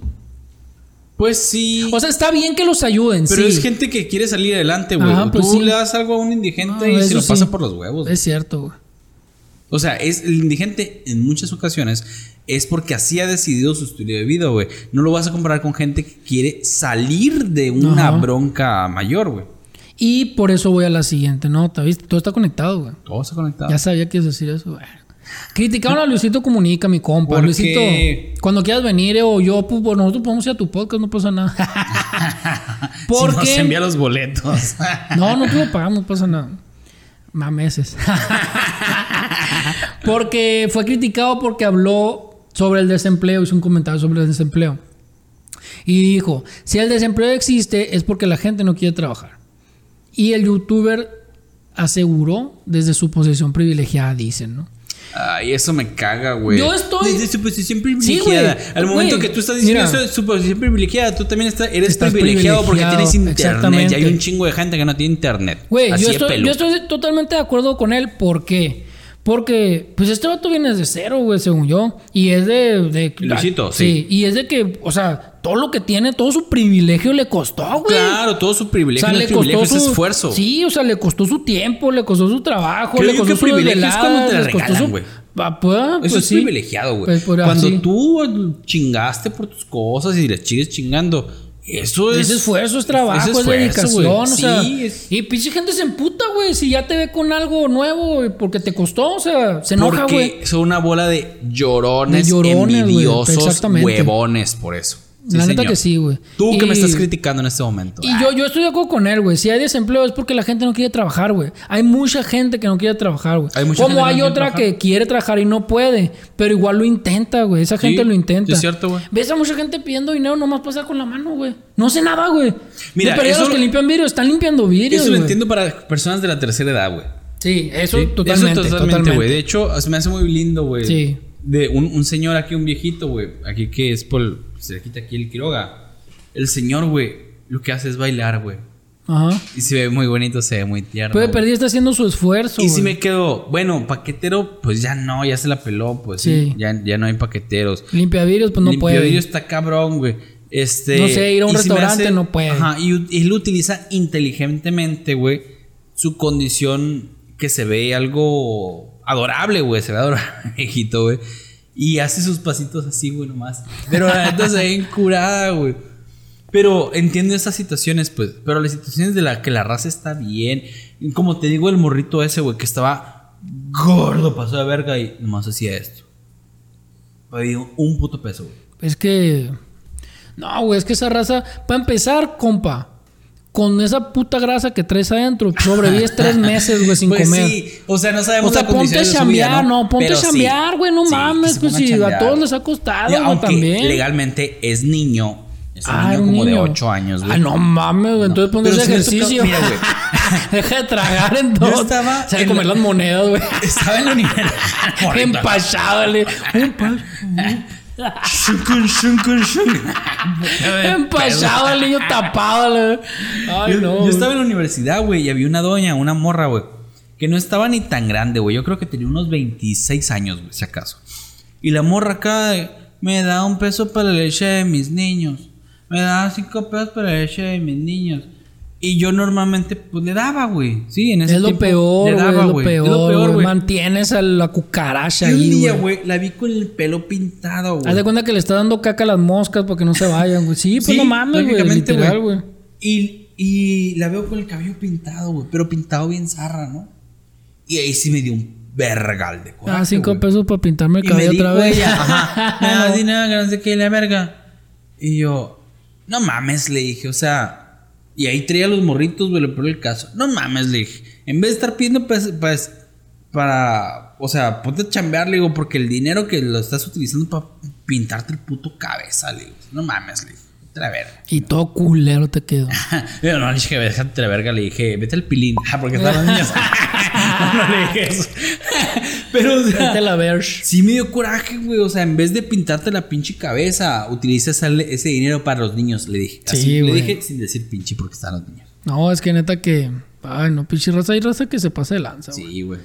S2: Pues sí.
S1: O sea, está bien que los ayuden,
S2: pero
S1: sí.
S2: es gente que quiere salir adelante, güey.
S1: Ajá, pues
S2: Tú
S1: sí.
S2: le das algo a un
S1: No,
S2: indigente y se
S1: eso
S2: lo
S1: sí.
S2: pasa por los huevos. güey.
S1: Es cierto, güey.
S2: O sea, es, el indigente en muchas ocasiones es porque así ha decidido su estilo de vida, güey. No lo vas a comparar con gente que quiere salir de una
S1: Ajá.
S2: bronca mayor, güey.
S1: Y por eso voy a la siguiente nota, ¿viste? Todo está conectado, güey.
S2: Todo está conectado.
S1: Ya sabía que ibas a decir eso, güey. Criticaron a Luisito Comunica, mi compa.
S2: ¿Por
S1: Luisito,
S2: qué?
S1: cuando quieras venir eh, o yo, pues bueno, nosotros podemos ir a tu podcast, no pasa nada.
S2: Si no
S1: Porque
S2: se envía los boletos.
S1: No, no te lo pagamos, no pasa nada. Mameses. porque fue criticado porque habló sobre el desempleo, hizo un comentario sobre el desempleo. Y dijo, si el desempleo existe es porque la gente no quiere trabajar. Y el youtuber aseguró desde su posición privilegiada, dicen, ¿no?
S2: Ay, eso me caga, güey.
S1: Yo estoy-
S2: Desde su posición
S1: Sí,
S2: privilegiada.
S1: güey.
S2: Al momento
S1: Güey,
S2: que tú estás diciendo
S1: mira.
S2: eso, su posición privilegiada, tú también está- eres
S1: Estás
S2: privilegiado, porque
S1: privilegiado,
S2: tienes internet. Y
S1: exactamente.
S2: hay un chingo de gente que no tiene internet.
S1: Güey,
S2: Así
S1: yo
S2: de
S1: estoy,
S2: pelo.
S1: yo estoy totalmente de acuerdo con él. ¿Por qué? Porque, pues este vato viene desde cero, güey, según yo. Y es de. de ah,
S2: Luisito, sí.
S1: Y es de que, o sea, todo lo que tiene, todo su privilegio le costó, güey.
S2: Claro, todo su
S1: O
S2: privilegio
S1: sea,
S2: no
S1: le
S2: es privilegio,
S1: costó
S2: es
S1: su
S2: esfuerzo.
S1: Sí, o sea, le costó su tiempo, le costó su trabajo,
S2: Creo
S1: le
S2: yo
S1: costó
S2: que
S1: su
S2: privilegio es cuando te la
S1: desvelada, le costó
S2: regalan,
S1: su-
S2: güey.
S1: Ah, pues,
S2: Eso
S1: pues,
S2: es
S1: sí.
S2: privilegiado, güey.
S1: Pues, por- ah,
S2: Cuando
S1: sí.
S2: tú chingaste por tus cosas y le sigues chingando, eso es.
S1: Ese esfuerzo es trabajo,
S2: ese
S1: es,
S2: esfuerzo,
S1: dedicación.
S2: güey.
S1: O sea,
S2: Sí, es-
S1: Y pinche gente se emputa, güey. Si ya te ve con algo nuevo, güey, porque te costó, o sea, se enoja,
S2: porque
S1: güey.
S2: son una bola de llorones,
S1: De llorones, güey,
S2: envidiosos,
S1: exactamente.
S2: huevones por eso. Sí,
S1: La neta
S2: señor.
S1: que sí, güey.
S2: Tú que me
S1: Y-
S2: estás criticando en este momento.
S1: Y yo, yo estoy de acuerdo con él, güey. Si hay desempleo es porque la gente no quiere trabajar, güey. Hay mucha gente que no quiere trabajar, güey.
S2: Hay mucha gente que
S1: Como
S2: no
S1: hay
S2: quiere
S1: otra
S2: trabajar.
S1: que quiere trabajar y no puede, pero igual lo intenta, güey. Esa gente lo intenta.
S2: es cierto, güey.
S1: Ves a mucha gente pidiendo dinero nomás pasar con la mano, güey. No sé nada, güey.
S2: Mira,
S1: Mira, pero
S2: eso
S1: los que
S2: lo-
S1: limpian vidrio están limpiando vidrio.
S2: Eso lo
S1: güey.
S2: entiendo para personas de la tercera edad, güey.
S1: Sí, eso
S2: Sí,
S1: totalmente.
S2: Eso
S1: totalmente,
S2: güey. De hecho, se me hace muy lindo, güey.
S1: Sí.
S2: De un, un señor aquí, un viejito, güey. Aquí que es por. Se le quita aquí el Quiroga. El señor, güey, lo que hace es bailar, güey.
S1: Ajá.
S2: Y se ve muy bonito, se ve muy tierno.
S1: Puede
S2: güey.
S1: perdido está haciendo su esfuerzo.
S2: Y
S1: güey.
S2: si me quedo, bueno, paquetero, pues ya no, ya se la peló, pues
S1: Sí.
S2: sí. Ya, ya no hay paqueteros.
S1: Limpia virus, pues no puede.
S2: Limpiadillo está cabrón, güey. Este,
S1: No sé, ir a un
S2: y si me
S1: restaurante no puede.
S2: Ajá, y, u- y lo utiliza inteligentemente, güey. Su condición que se ve algo adorable, güey. Se ve adorable, viejito, güey. Y hace sus pasitos así, güey, nomás. Pero la neta se ve curada, güey. Pero entiendo esas situaciones, pues. Pero las situaciones de la que la raza está bien. Y Como te digo, el morrito ese, güey, que estaba gordo, pasó de verga y nomás hacía esto. Pedí un puto peso, güey.
S1: Es que. No, güey, es que esa raza. Para empezar, compa. Con esa puta grasa que traes adentro, sobrevives tres meses, güey, sin
S2: pues
S1: comer.
S2: sí, o sea, no
S1: O
S2: sabemos
S1: sea,
S2: la
S1: ponte
S2: condición
S1: a
S2: de su vida,
S1: chambear, no, ponte
S2: Pero
S1: a
S2: sí,
S1: chambear, güey, no
S2: sí, que
S1: mames,
S2: se
S1: pues
S2: ponga
S1: si a
S2: chambear.
S1: todos les ha costado,
S2: Y
S1: güey,
S2: aunque
S1: también. Ah,
S2: legalmente es niño, es un niño
S1: un
S2: como de
S1: niño.
S2: 8 años, güey.
S1: Ah, no mames, güey. Entonces ponte a
S2: Pero
S1: hacer
S2: sí me tocó-
S1: ejercicio.
S2: mira, güey.
S1: Deja de tragar entonces.
S2: estaba
S1: Se va a
S2: en
S1: comer
S2: la-
S1: las monedas, güey.
S2: Estaba en la universidad. morrito.
S1: Empachado, le. Un pa-
S2: Shunkun, shunkun, shunk.
S1: Empachado, el niño tapado, le. Ay,
S2: yo,
S1: no.
S2: yo
S1: güey.
S2: estaba en la universidad, güey, y había una doña, una morra, güey, que no estaba ni tan grande, güey. Yo creo que tenía unos 26 años, güey, si acaso. Y la morra acá de, me da un peso para la leche de mis niños. Me da cinco pesos para la leche de mis niños. Y yo normalmente, pues, le daba, güey. Sí, en ese
S1: Es lo
S2: tiempo,
S1: peor,
S2: le
S1: güey.
S2: daba,
S1: Es lo
S2: güey.
S1: peor, güey. Mantienes a la cucaracha
S2: Y un
S1: ahí,
S2: día,
S1: güey.
S2: güey, la vi con el pelo pintado, güey.
S1: Haz de cuenta que le está dando caca a las moscas para que no se vayan, güey. Sí, pues
S2: Sí,
S1: no mames, güey.
S2: prácticamente,
S1: Literal,
S2: güey.
S1: güey.
S2: Y, y la veo con el cabello pintado, güey. Pero pintado bien zarra, ¿no? Y ahí sí me dio un vergal de coraje,
S1: Ah, cinco
S2: güey.
S1: pesos para pintarme el
S2: Y me
S1: cabello
S2: dijo
S1: otra vez. Ah,
S2: ella, ajá, me das dinero, que no sé qué, la verga. Y yo, no mames, le dije, o sea... Y ahí traía los morritos, güey, lo peor del caso. No mames, le dije. En vez de estar pidiendo, pues, pues, para... O sea, ponte a chambear, le digo, porque el dinero que lo estás utilizando para pintarte el puto cabeza, le digo. No mames, le dije. Otra verga.
S1: Y todo culero te quedó.
S2: Yo no le dije, déjate la verga, le dije, vete al pilín. Ah, porque estaban los niños. no, no le dije eso. Pero, o
S1: Vete a
S2: sea,
S1: la verge.
S2: sí me dio coraje, güey. O sea, en vez de pintarte la pinche cabeza, utiliza ese, ese dinero para los niños, le dije. Así
S1: Sí,
S2: le
S1: güey.
S2: dije sin decir pinche porque están los niños.
S1: No, es que neta que. Ay, no, pinche raza. Hay raza que se pasa de lanza, güey.
S2: Sí, güey.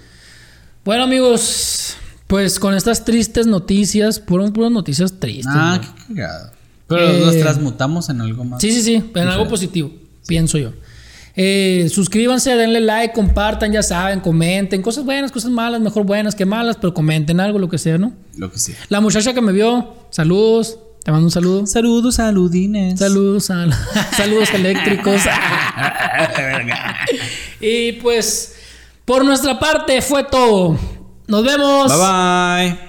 S1: Bueno, amigos. Pues con estas tristes noticias, fueron puras noticias tristes.
S2: Ah,
S1: güey.
S2: qué cagado. Pero
S1: Eh,
S2: nos transmutamos en algo más.
S1: Sí, sí, sí, pero en algo positivo, pienso yo. Eh, suscríbanse, denle like, compartan, ya saben, comenten, cosas buenas, cosas malas, mejor buenas que malas, pero comenten algo, lo que sea, ¿no?
S2: Lo que sea.
S1: La muchacha que me vio, saludos, te mando un saludo.
S2: Saludos, saludines.
S1: Saludos, al- saludos eléctricos.
S2: Verga.
S1: y pues, por nuestra parte fue todo. Nos vemos.
S2: bye bye.